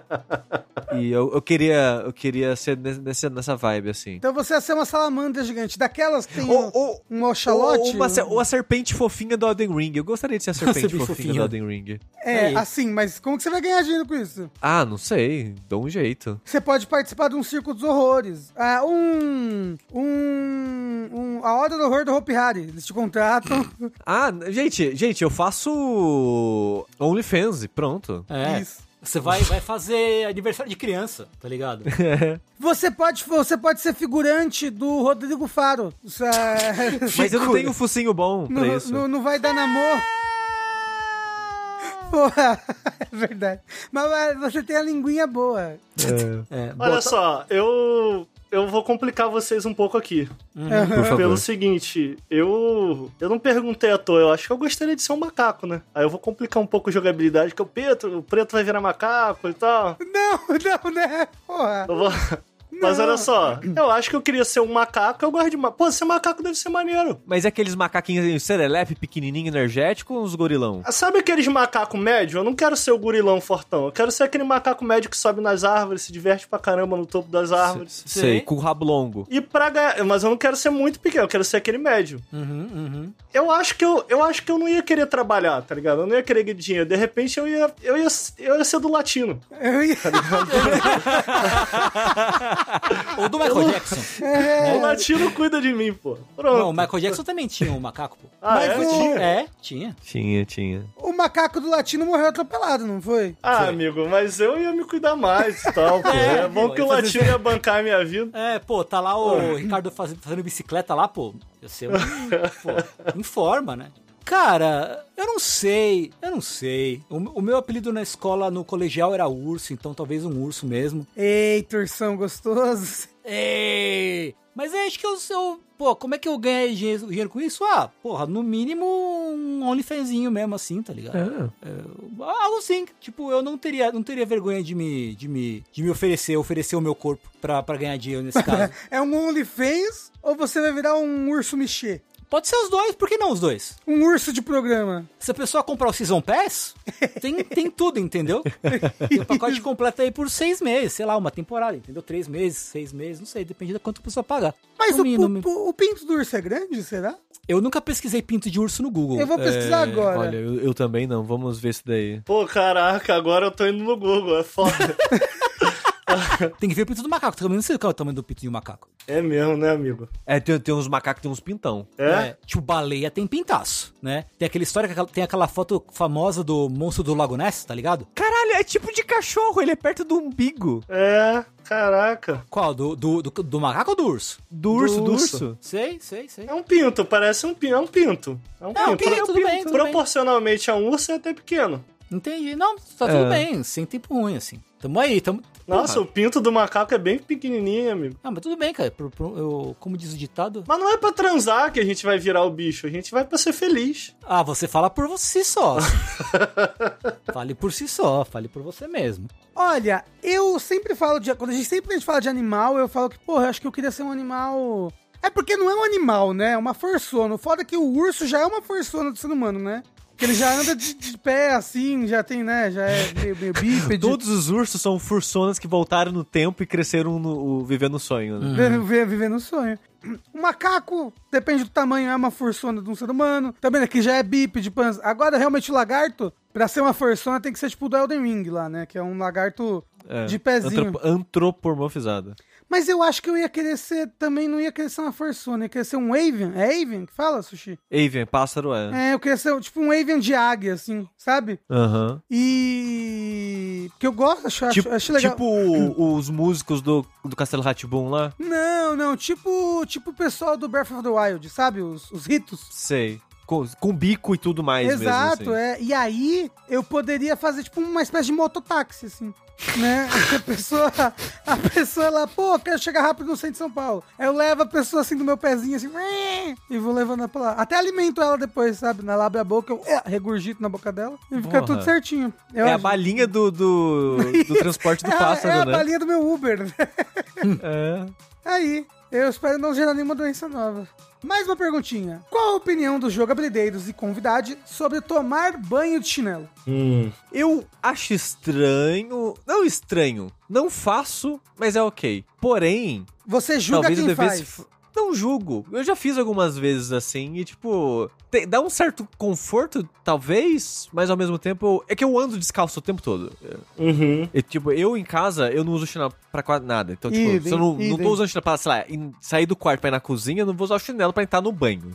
[SPEAKER 2] E eu, eu queria eu queria ser ne- nessa, nessa vibe, assim.
[SPEAKER 1] Então você ia ser uma salamandra gigante, daquelas que tem
[SPEAKER 2] Ou-
[SPEAKER 1] um-
[SPEAKER 2] ou-
[SPEAKER 1] um oxalote.
[SPEAKER 2] Ou, uma se- ou a serpente fofinha do Elden Ring. Eu gostaria de ser a serpente
[SPEAKER 3] Serpente
[SPEAKER 2] fofinha,
[SPEAKER 3] fofinha.
[SPEAKER 2] do Elden Ring.
[SPEAKER 1] É,
[SPEAKER 3] Aí.
[SPEAKER 1] assim, mas como que você vai ganhar dinheiro com isso?
[SPEAKER 2] Ah, não sei. Dou um jeito.
[SPEAKER 1] Você pode participar de um circo dos horrores. Ah, um. Um. um a Hora do Horror do Hope Harry. Eles te contratam.
[SPEAKER 2] Ah, n- gente, gente, eu faço OnlyFans e pronto.
[SPEAKER 3] É.
[SPEAKER 1] Isso.
[SPEAKER 3] Você vai, vai fazer aniversário de criança, tá ligado?
[SPEAKER 1] Você pode, você pode ser figurante do Rodrigo Faro. Isso é-
[SPEAKER 2] Mas eu não tenho um focinho bom pra
[SPEAKER 1] Não,
[SPEAKER 2] isso.
[SPEAKER 1] não- não vai dar namoro. Porra, é verdade. Mas, mas você tem a linguinha boa.
[SPEAKER 3] É,
[SPEAKER 4] Olha
[SPEAKER 3] bota-
[SPEAKER 4] só, eu. Eu vou complicar vocês um pouco aqui.
[SPEAKER 2] Por favor.
[SPEAKER 4] Pelo seguinte, eu. Eu não perguntei à toa, eu acho que eu gostaria de ser um macaco, né? Aí eu vou complicar um pouco a jogabilidade, que o preto, o preto vai virar macaco e tal.
[SPEAKER 1] Não, não, né? Porra.
[SPEAKER 4] Eu vou, Mas olha só, eu acho que eu queria ser um macaco, eu gosto de macaco. Pô, ser macaco deve ser maneiro.
[SPEAKER 2] Mas é aqueles macaquinhos serelepe, pequenininho, energético ou uns gorilão?
[SPEAKER 4] Ah, Sabe aqueles macaco médio? Eu não quero ser o gorilão fortão. Eu quero ser aquele macaco médio que sobe nas árvores, se diverte pra caramba no topo das árvores.
[SPEAKER 2] Sei, com o rabo longo.
[SPEAKER 4] E pra ganhar. Mas eu não quero ser muito pequeno, eu quero ser aquele médio. Eu acho que eu, eu acho que eu não ia querer trabalhar, tá ligado? Eu não ia querer ganhar dinheiro. De repente eu ia, eu ia, eu ia ser do latino.
[SPEAKER 1] Eu ia-
[SPEAKER 3] Ou do Michael Jackson.
[SPEAKER 4] O latino cuida de mim, pô. Pronto.
[SPEAKER 3] Não, o Michael Jackson também tinha um macaco, pô.
[SPEAKER 4] Ah,
[SPEAKER 1] Mas
[SPEAKER 4] é?
[SPEAKER 1] o-
[SPEAKER 4] Tinha?
[SPEAKER 3] É, tinha.
[SPEAKER 2] Tinha, tinha.
[SPEAKER 1] O macaco do latino morreu atropelado, não foi?
[SPEAKER 4] Ah, amigo, mas eu ia me cuidar mais e tal, pô.
[SPEAKER 3] É,
[SPEAKER 4] É, bom
[SPEAKER 3] pô,
[SPEAKER 4] que o
[SPEAKER 3] ia fazer
[SPEAKER 4] latino ia bancar a minha vida.
[SPEAKER 3] É, pô, tá lá o Ricardo fazendo, fazendo bicicleta lá, pô. Eu sei, um- pô, informa, né? Cara, eu não sei, eu não sei. O, o meu apelido na escola, no colegial, era urso, então talvez um urso mesmo.
[SPEAKER 1] Eita, ursão gostoso.
[SPEAKER 3] Ei! Mas eu acho que eu, eu. Pô, como é que eu ganhei dinheiro, dinheiro com isso? Ah, porra, no mínimo um OnlyFanzinho mesmo, assim, tá ligado? É, algo assim. Tipo, eu não teria, não teria vergonha de me, de me, de me oferecer, oferecer o meu corpo pra, pra ganhar dinheiro nesse caso.
[SPEAKER 1] É um OnlyFans ou você vai virar um urso mexer?
[SPEAKER 3] Pode ser os dois, por que não os dois?
[SPEAKER 1] Um urso de programa.
[SPEAKER 3] Se a pessoa comprar o Season Pass, tem, tem tudo, entendeu? Tem o pacote completo aí por seis meses, sei lá, uma temporada, entendeu? Três meses, seis meses, não sei, depende da quanto a pessoa pagar.
[SPEAKER 1] Mas
[SPEAKER 3] No
[SPEAKER 1] o,
[SPEAKER 3] mínimo,
[SPEAKER 1] o-
[SPEAKER 3] no mínimo.
[SPEAKER 1] o pinto do urso é grande, será?
[SPEAKER 3] Eu nunca pesquisei pinto de urso no Google.
[SPEAKER 1] Eu vou pesquisar agora.
[SPEAKER 2] É, Olha, eu, eu também não. Vamos ver isso daí.
[SPEAKER 4] Pô, caraca, agora eu tô indo no Google, é foda.
[SPEAKER 3] Tem que ver o pinto do macaco. Também não sei qual é o tamanho do pinto de um macaco.
[SPEAKER 4] é mesmo, né, amigo?
[SPEAKER 2] É, tem, tem uns macacos que tem uns pintão.
[SPEAKER 4] É?
[SPEAKER 3] É, tipo, baleia tem pintaço, né? Tem aquela história, que aquela- tem aquela foto famosa do monstro do Lago Ness, tá ligado?
[SPEAKER 2] Caralho, é tipo de cachorro, ele é perto do umbigo.
[SPEAKER 4] É, caraca.
[SPEAKER 3] Qual? Do, do, do, do macaco ou do urso?
[SPEAKER 2] Do urso, do
[SPEAKER 4] urso.
[SPEAKER 2] urso.
[SPEAKER 3] Sei, sei, sei.
[SPEAKER 4] É um pinto, parece um pinto. É um pinto. É um
[SPEAKER 3] Não,
[SPEAKER 4] pinto.
[SPEAKER 3] ok, tudo bem, tudo
[SPEAKER 4] Proporcionalmente a um urso é até pequeno.
[SPEAKER 3] Entendi. Não, tá tudo
[SPEAKER 2] É.
[SPEAKER 3] bem, sem tempo ruim, assim. Tamo aí, tamo...
[SPEAKER 4] Nossa, o pinto do macaco é bem pequenininho, amigo.
[SPEAKER 3] Ah, mas tudo bem, cara. Pro- pro- eu, como diz o ditado...
[SPEAKER 4] Mas não é pra transar que a gente vai virar o bicho, a gente vai pra ser feliz.
[SPEAKER 3] Ah, você fala por você só. fale por si só, fale por você mesmo.
[SPEAKER 1] Olha, eu sempre falo de. Quando a gente sempre a gente fala de animal, eu falo que, porra, eu acho que eu queria ser um animal. É porque não é um animal, né? É uma forçona. O foda é que o urso já é uma forçona do ser humano, né? Que ele já anda de, de pé assim, já tem, né? Já é meio, meio bípede.
[SPEAKER 2] Todos os ursos são fursonas que voltaram no tempo e cresceram no, o- vivendo o sonho, né?
[SPEAKER 1] Vive- vive- Vivendo um sonho. O macaco, depende do tamanho, é uma forçona de um ser humano. Também aqui já é bípede, panza. Agora, realmente, o lagarto, pra ser uma forçona, tem que ser tipo o do Elden Ring lá, né? Que é um lagarto
[SPEAKER 2] É,
[SPEAKER 1] de pezinho.
[SPEAKER 2] antropo- antropomorfizada.
[SPEAKER 1] Mas eu acho que eu ia querer ser, também não ia querer ser uma forçona, eu ia querer ser um avian. É avian que fala, Sushi?
[SPEAKER 2] Avian, pássaro é.
[SPEAKER 1] É, eu queria ser tipo um avian de águia, assim, sabe?
[SPEAKER 2] Aham.
[SPEAKER 1] E... que eu gosto, acho,
[SPEAKER 2] Tipo,
[SPEAKER 1] acho legal.
[SPEAKER 2] tipo o- os músicos do, do Castelo Ratibum lá?
[SPEAKER 1] Não, não, tipo, tipo o pessoal do Breath of the Wild, sabe? Os, os ritos.
[SPEAKER 2] Sei. Com, com bico e tudo mais
[SPEAKER 1] Exato,
[SPEAKER 2] mesmo. assim.
[SPEAKER 1] é. E aí eu poderia fazer tipo uma espécie de mototáxi, assim. Né? A pessoa, a pessoa lá, pô, quero chegar rápido no centro de São Paulo. Aí eu levo a pessoa assim do meu pezinho, assim, "Ué", e vou levando ela pra lá. Até alimento ela depois, sabe? Na abre a boca, eu é, regurgito na boca dela e fica
[SPEAKER 2] Porra.
[SPEAKER 1] tudo certinho. Eu
[SPEAKER 2] É a
[SPEAKER 1] acho-
[SPEAKER 2] balinha do, do, do transporte do
[SPEAKER 1] é a- é a
[SPEAKER 2] pássaro, né?
[SPEAKER 1] balinha do meu Uber, né?
[SPEAKER 2] É.
[SPEAKER 1] Aí, eu espero não gerar nenhuma doença nova. Mais uma perguntinha. Qual a opinião dos jogabilideiros e convidade sobre tomar banho de chinelo?
[SPEAKER 4] Hum.
[SPEAKER 2] Eu acho estranho. Não estranho. Não faço, mas é ok. Porém,
[SPEAKER 1] Você julga
[SPEAKER 2] talvez eu
[SPEAKER 1] quem
[SPEAKER 2] devesse.
[SPEAKER 1] faz.
[SPEAKER 2] f- Não julgo. Eu já fiz algumas vezes assim e, tipo, te- dá um certo conforto, talvez, mas ao mesmo tempo. É que eu ando descalço o tempo todo.
[SPEAKER 4] Uhum.
[SPEAKER 2] E, tipo, eu em casa, eu não uso chinelo pra quase nada. Então, tipo,
[SPEAKER 1] Idem,
[SPEAKER 2] se eu não, não
[SPEAKER 1] idem.
[SPEAKER 2] tô usando chinelo pra, sei lá, em- sair do quarto pra ir na cozinha, eu não vou usar o chinelo pra entrar no banho.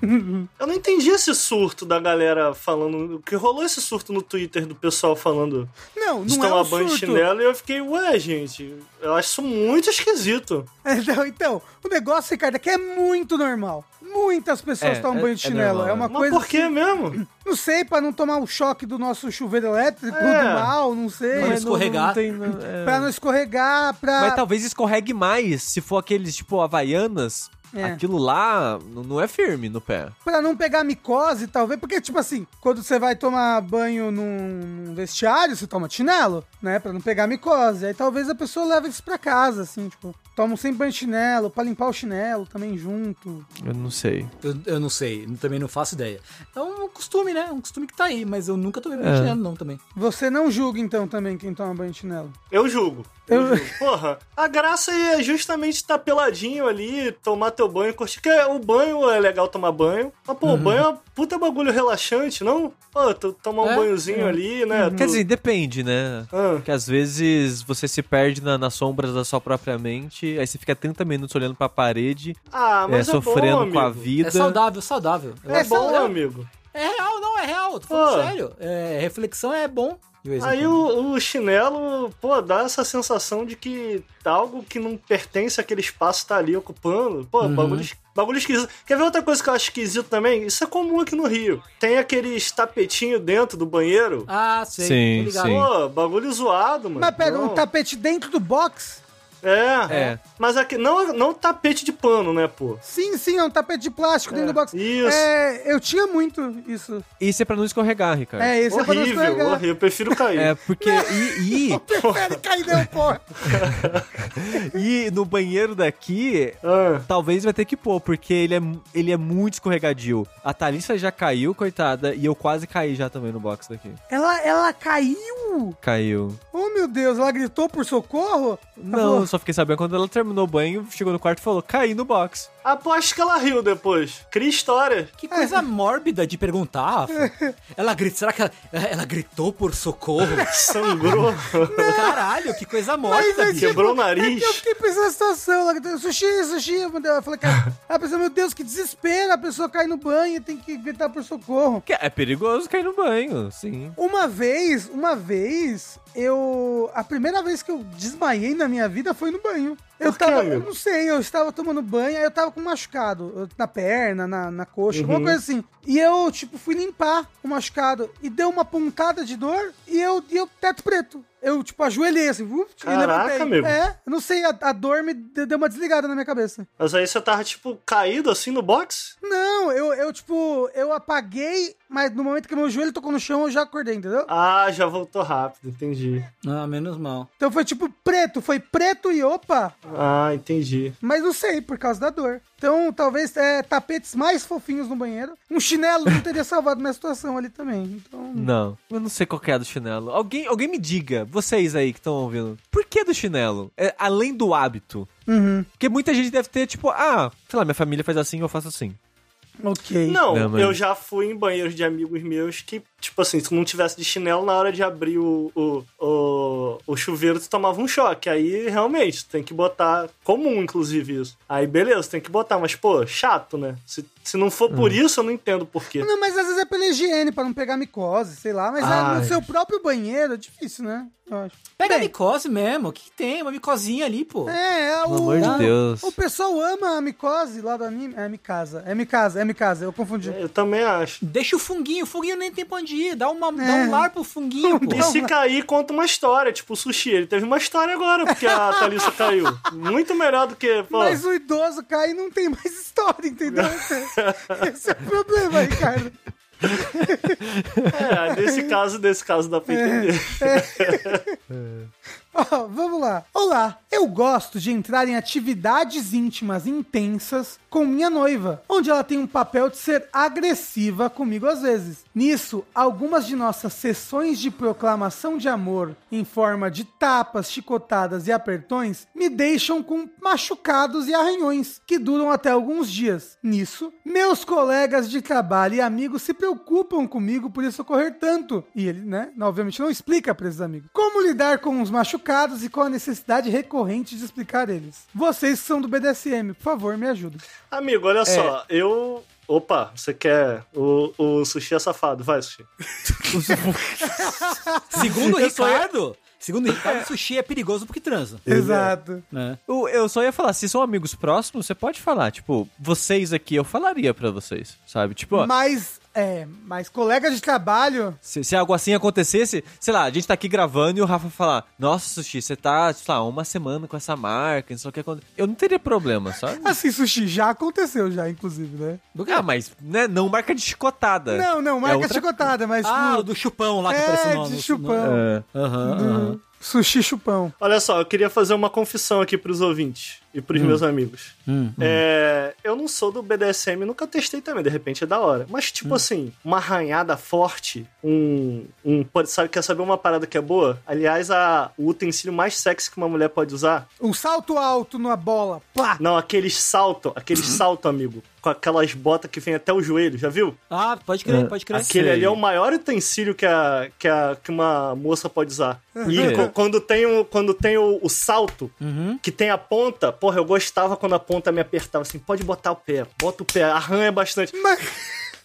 [SPEAKER 4] Eu não entendi esse surto da galera falando. Que rolou esse surto no Twitter do pessoal falando
[SPEAKER 1] Não,
[SPEAKER 4] de
[SPEAKER 1] não é
[SPEAKER 4] tomar
[SPEAKER 1] um
[SPEAKER 4] banho de
[SPEAKER 1] surto.
[SPEAKER 4] chinelo e eu fiquei, ué, gente, eu acho isso muito esquisito.
[SPEAKER 1] Então, então, o negócio, Ricardo, é que é muito normal. Muitas pessoas
[SPEAKER 2] É,
[SPEAKER 1] tomam
[SPEAKER 2] é-
[SPEAKER 1] banho de
[SPEAKER 2] é
[SPEAKER 1] chinelo. É,
[SPEAKER 2] normal,
[SPEAKER 1] uma
[SPEAKER 4] Mas
[SPEAKER 1] coisa.
[SPEAKER 4] por que mesmo?
[SPEAKER 1] Não sei, pra não tomar o choque do nosso chuveiro elétrico,
[SPEAKER 4] É.
[SPEAKER 1] do mal, não sei.
[SPEAKER 3] Pra não
[SPEAKER 2] Mas tá-
[SPEAKER 3] escorregar.
[SPEAKER 2] tem- não- é.
[SPEAKER 1] Pra não escorregar, pra.
[SPEAKER 2] Mas talvez escorregue mais se for aqueles, tipo, havaianas
[SPEAKER 1] É.
[SPEAKER 2] Aquilo lá n- não é firme no pé.
[SPEAKER 1] Pra não pegar micose, talvez, porque, tipo assim, quando você vai tomar banho num vestiário, você toma chinelo, né? Pra não pegar micose. Aí talvez a pessoa leve isso pra casa, assim, tipo, toma sempre banho de chinelo, pra limpar o chinelo também junto.
[SPEAKER 2] Eu não sei.
[SPEAKER 3] Eu, eu não sei, eu também não faço ideia. É um costume, né? É Um costume que tá aí, mas eu nunca
[SPEAKER 2] É.
[SPEAKER 3] tomei banho de chinelo, não, também.
[SPEAKER 1] Você não julga, então, também quem toma banho de chinelo.
[SPEAKER 4] Eu julgo. Eu julgo. Porra, a graça é justamente estar peladinho ali, tomar teu banho, curtir. Porque o banho é legal tomar banho. Mas, pô, o banho é um puta bagulho relaxante, não? Pô, tu tomar um
[SPEAKER 3] É,
[SPEAKER 4] banhozinho ali, né? Tu-
[SPEAKER 2] Uhum. Quer dizer, depende, né?
[SPEAKER 4] Ah.
[SPEAKER 2] Porque às vezes você se perde na, nas sombras da sua própria mente, aí você fica 30 minutos olhando pra parede,
[SPEAKER 4] ah,
[SPEAKER 2] é,
[SPEAKER 4] mas é,
[SPEAKER 2] sofrendo
[SPEAKER 4] bom, amigo.
[SPEAKER 2] com a vida.
[SPEAKER 3] É saudável, saudável. Eu
[SPEAKER 4] É,
[SPEAKER 3] acho
[SPEAKER 4] bom,
[SPEAKER 3] saudável.
[SPEAKER 4] amigo.
[SPEAKER 3] É real, não, é real. Tô falando
[SPEAKER 2] Ah.
[SPEAKER 4] Pô.
[SPEAKER 3] sério. É, reflexão é bom. de vez em
[SPEAKER 4] Aí
[SPEAKER 3] quando.
[SPEAKER 4] o, o chinelo, pô, dá essa sensação de que tá algo que não pertence àquele espaço tá ali ocupando. Pô,
[SPEAKER 2] Uhum.
[SPEAKER 4] bagulho, es- bagulho esquisito. Quer ver outra coisa que eu acho esquisito também? Isso é comum aqui no Rio. Tem aqueles tapetinhos dentro do banheiro.
[SPEAKER 3] Ah, sei.
[SPEAKER 2] Sim,
[SPEAKER 3] tô ligado.
[SPEAKER 2] sim.
[SPEAKER 4] Pô, bagulho zoado, mano.
[SPEAKER 1] Mas pega
[SPEAKER 4] Não.
[SPEAKER 1] um tapete dentro do box?
[SPEAKER 4] É.
[SPEAKER 2] É.
[SPEAKER 4] Mas aqui, não, não tapete de pano, né, pô?
[SPEAKER 1] Sim, sim, é um tapete de plástico dentro do box.
[SPEAKER 4] Isso.
[SPEAKER 1] É, eu tinha muito isso.
[SPEAKER 2] Isso é pra não escorregar, Ricardo.
[SPEAKER 1] É, esse é pra não
[SPEAKER 4] horrível,
[SPEAKER 1] escorregar.
[SPEAKER 4] horrível. Eu prefiro cair.
[SPEAKER 2] É, porque. E,
[SPEAKER 1] Prefere cair, não, porra.
[SPEAKER 2] e, e no banheiro daqui,
[SPEAKER 4] Ah,
[SPEAKER 2] talvez vai ter que pôr, porque ele é, mu- ele é muito escorregadio. A Thalissa já caiu, coitada, e eu quase caí já também no box daqui.
[SPEAKER 1] Ela, ela caiu?
[SPEAKER 2] Caiu.
[SPEAKER 1] Oh, meu Deus, ela gritou por socorro?
[SPEAKER 2] Não, eu só fiquei sabendo quando ela terminou o banho, chegou no quarto e falou: caí no box.
[SPEAKER 4] Aposto Ah, que ela riu depois. Cria história.
[SPEAKER 3] Que coisa
[SPEAKER 2] É.
[SPEAKER 3] mórbida de perguntar, Rafa. Ela grita, será que ela, ela gritou por socorro?
[SPEAKER 4] Sangrou.
[SPEAKER 3] Caralho, que coisa mórbida,
[SPEAKER 1] Mas,
[SPEAKER 3] bicho.
[SPEAKER 4] Quebrou o
[SPEAKER 1] Tipo, É
[SPEAKER 4] nariz.
[SPEAKER 1] que eu fiquei pensando na situação, ela gritou, sushi, sushi, eu mandei- eu falei, cara, a pessoa, meu Deus, que desespero, a pessoa cai no banho e tem que gritar por socorro.
[SPEAKER 2] Que É perigoso cair no banho, sim.
[SPEAKER 1] Uma vez, uma vez, eu. A primeira vez que eu desmaiei na minha vida foi no banho. Eu
[SPEAKER 4] Por quê,
[SPEAKER 1] tava, eu
[SPEAKER 4] amigo?
[SPEAKER 1] não sei, eu estava tomando banho, aí eu tava com um machucado eu- na perna, na, na coxa, alguma
[SPEAKER 4] Uhum.
[SPEAKER 1] coisa assim. E eu, tipo, fui limpar o machucado e deu uma pontada de dor e eu, e eu teto preto. Eu, tipo, ajoelhei assim, uf,
[SPEAKER 4] Caraca,
[SPEAKER 1] e levantei.
[SPEAKER 4] amigo.
[SPEAKER 1] É, eu não sei, a, a dor me de- deu uma desligada na minha cabeça.
[SPEAKER 4] Mas aí você tava, tipo, caído assim no box?
[SPEAKER 1] Não, eu, eu, tipo, eu apaguei, mas no momento que meu joelho tocou no chão, eu já acordei, entendeu?
[SPEAKER 4] Ah, já voltou rápido, entendi.
[SPEAKER 3] Ah, menos mal.
[SPEAKER 1] Então foi tipo preto, foi preto e opa,
[SPEAKER 4] Ah, entendi.
[SPEAKER 1] mas não sei, por causa da dor. Então talvez é, tapetes mais fofinhos no banheiro. Um chinelo não teria salvado minha situação ali também. Então.
[SPEAKER 2] Não, eu não sei qual que é a do chinelo. Alguém, alguém me diga, vocês aí que estão ouvindo, por que do chinelo? É, além do hábito.
[SPEAKER 1] Uhum.
[SPEAKER 2] Porque muita gente deve ter, tipo, ah, sei lá, minha família faz assim, eu faço assim.
[SPEAKER 1] Ok.
[SPEAKER 4] Não,
[SPEAKER 2] Não, mas-
[SPEAKER 4] eu já fui em banheiros de amigos meus que, tipo assim, se não tivesse de chinelo na hora de abrir o, o, o, o chuveiro, tu tomava um choque. Aí, realmente, tem que botar. Comum, inclusive, isso. Aí, beleza, tem que botar, mas, pô, chato, né? Se, se não for por isso, eu não entendo por quê.
[SPEAKER 1] Não, mas às vezes é pela higiene, pra não pegar micose, sei lá. Mas ah, no
[SPEAKER 4] Ai.
[SPEAKER 1] seu próprio banheiro é difícil, né? Eu acho.
[SPEAKER 3] Pega a
[SPEAKER 1] Bem,
[SPEAKER 3] micose mesmo, o que que tem? Uma micosinha ali, pô.
[SPEAKER 1] É, é o.
[SPEAKER 2] Pelo amor de
[SPEAKER 1] o-
[SPEAKER 2] Deus.
[SPEAKER 1] O pessoal ama a micose lá do anime. É Mikasa. É Mikasa, é Mikasa, eu confundi.
[SPEAKER 4] Eu também acho.
[SPEAKER 3] Deixa o funguinho, o funguinho nem tem pra onde ir. Dá, uma, dá
[SPEAKER 1] É.
[SPEAKER 3] um lar pro funguinho, pô.
[SPEAKER 4] E se cair, conta uma história. Tipo, o sushi, ele teve uma história agora, porque a Thalissa caiu. Muito melhor do que, pô.
[SPEAKER 1] Mas o idoso cai e não tem mais história, entendeu? Esse é o problema, Ricardo.
[SPEAKER 4] É, nesse caso, nesse caso dá
[SPEAKER 3] É.
[SPEAKER 4] pra entender.
[SPEAKER 1] Ó, vamos lá. Olá, eu gosto de entrar em atividades íntimas intensas com minha noiva, onde ela tem um papel de ser agressiva comigo às vezes. Nisso, algumas de nossas sessões de proclamação de amor em forma de tapas, chicotadas e apertões me deixam com machucados e arranhões, que duram até alguns dias. Nisso, meus colegas de trabalho e amigos se preocupam comigo por isso ocorrer tanto. E ele, né, obviamente não explica para esses amigos. Como lidar com os machucados e com a necessidade recorrente de explicar eles? Vocês que são do BDSM, por favor, me ajudem.
[SPEAKER 4] Amigo,
[SPEAKER 3] É.
[SPEAKER 4] olha só, eu. Opa, você quer. O, o sushi é safado, vai, sushi.
[SPEAKER 3] Segundo o
[SPEAKER 2] Eu só ia-
[SPEAKER 3] Ricardo, segundo o Ricardo, sushi é perigoso porque transa.
[SPEAKER 1] Exato.
[SPEAKER 3] Né?
[SPEAKER 2] Eu, eu só ia falar, se são amigos próximos, você pode falar. Tipo, vocês aqui, eu falaria pra vocês, sabe? Tipo, ó,
[SPEAKER 1] Mas É, mas colega de trabalho.
[SPEAKER 2] Se, se algo assim acontecesse, sei lá, a gente tá aqui gravando e o Rafa falar, nossa, Sushi, você tá, sei lá, uma semana com essa marca, não sei o que acontece. Eu não teria problema, sabe?
[SPEAKER 1] Assim, sushi já aconteceu, já, inclusive, né?
[SPEAKER 2] Ah, mas né, não marca de chicotada. É
[SPEAKER 1] Não, não, marca
[SPEAKER 2] outra-
[SPEAKER 1] chicotada, mas.
[SPEAKER 3] É. Ah, o
[SPEAKER 1] no-
[SPEAKER 3] do chupão lá que
[SPEAKER 1] Tipo, é,
[SPEAKER 3] apareceu no... né? É.
[SPEAKER 1] de
[SPEAKER 3] no-
[SPEAKER 1] chupão.
[SPEAKER 2] É, aham, aham.
[SPEAKER 1] Uhum. Sushi chupão.
[SPEAKER 4] Olha só, eu queria fazer uma confissão aqui pros ouvintes e pros meus amigos.
[SPEAKER 3] Hum.
[SPEAKER 4] É, eu não sou do BDSM, nunca testei também, de repente é da hora. Mas,
[SPEAKER 3] Hum.
[SPEAKER 4] tipo assim, uma arranhada forte, um. um pode, sabe, quer saber uma parada que é boa? Aliás, a, o utensílio mais sexy que uma mulher pode usar?
[SPEAKER 1] Um salto alto numa bola. Plá!
[SPEAKER 4] Não, aqueles salto, aquele salto, amigo. Com aquelas botas que vem até o joelho, já viu?
[SPEAKER 3] Ah, pode crer, pode crer.
[SPEAKER 4] Aquele
[SPEAKER 2] sei.
[SPEAKER 4] ali é o maior utensílio que, a, que, a, que uma moça pode usar.
[SPEAKER 2] É.
[SPEAKER 4] E co- quando tem, o, quando tem o, o salto,
[SPEAKER 3] Uhum.
[SPEAKER 4] que tem a ponta, porra, eu gostava quando a ponta me apertava assim, pode botar o pé, bota o pé, arranha bastante.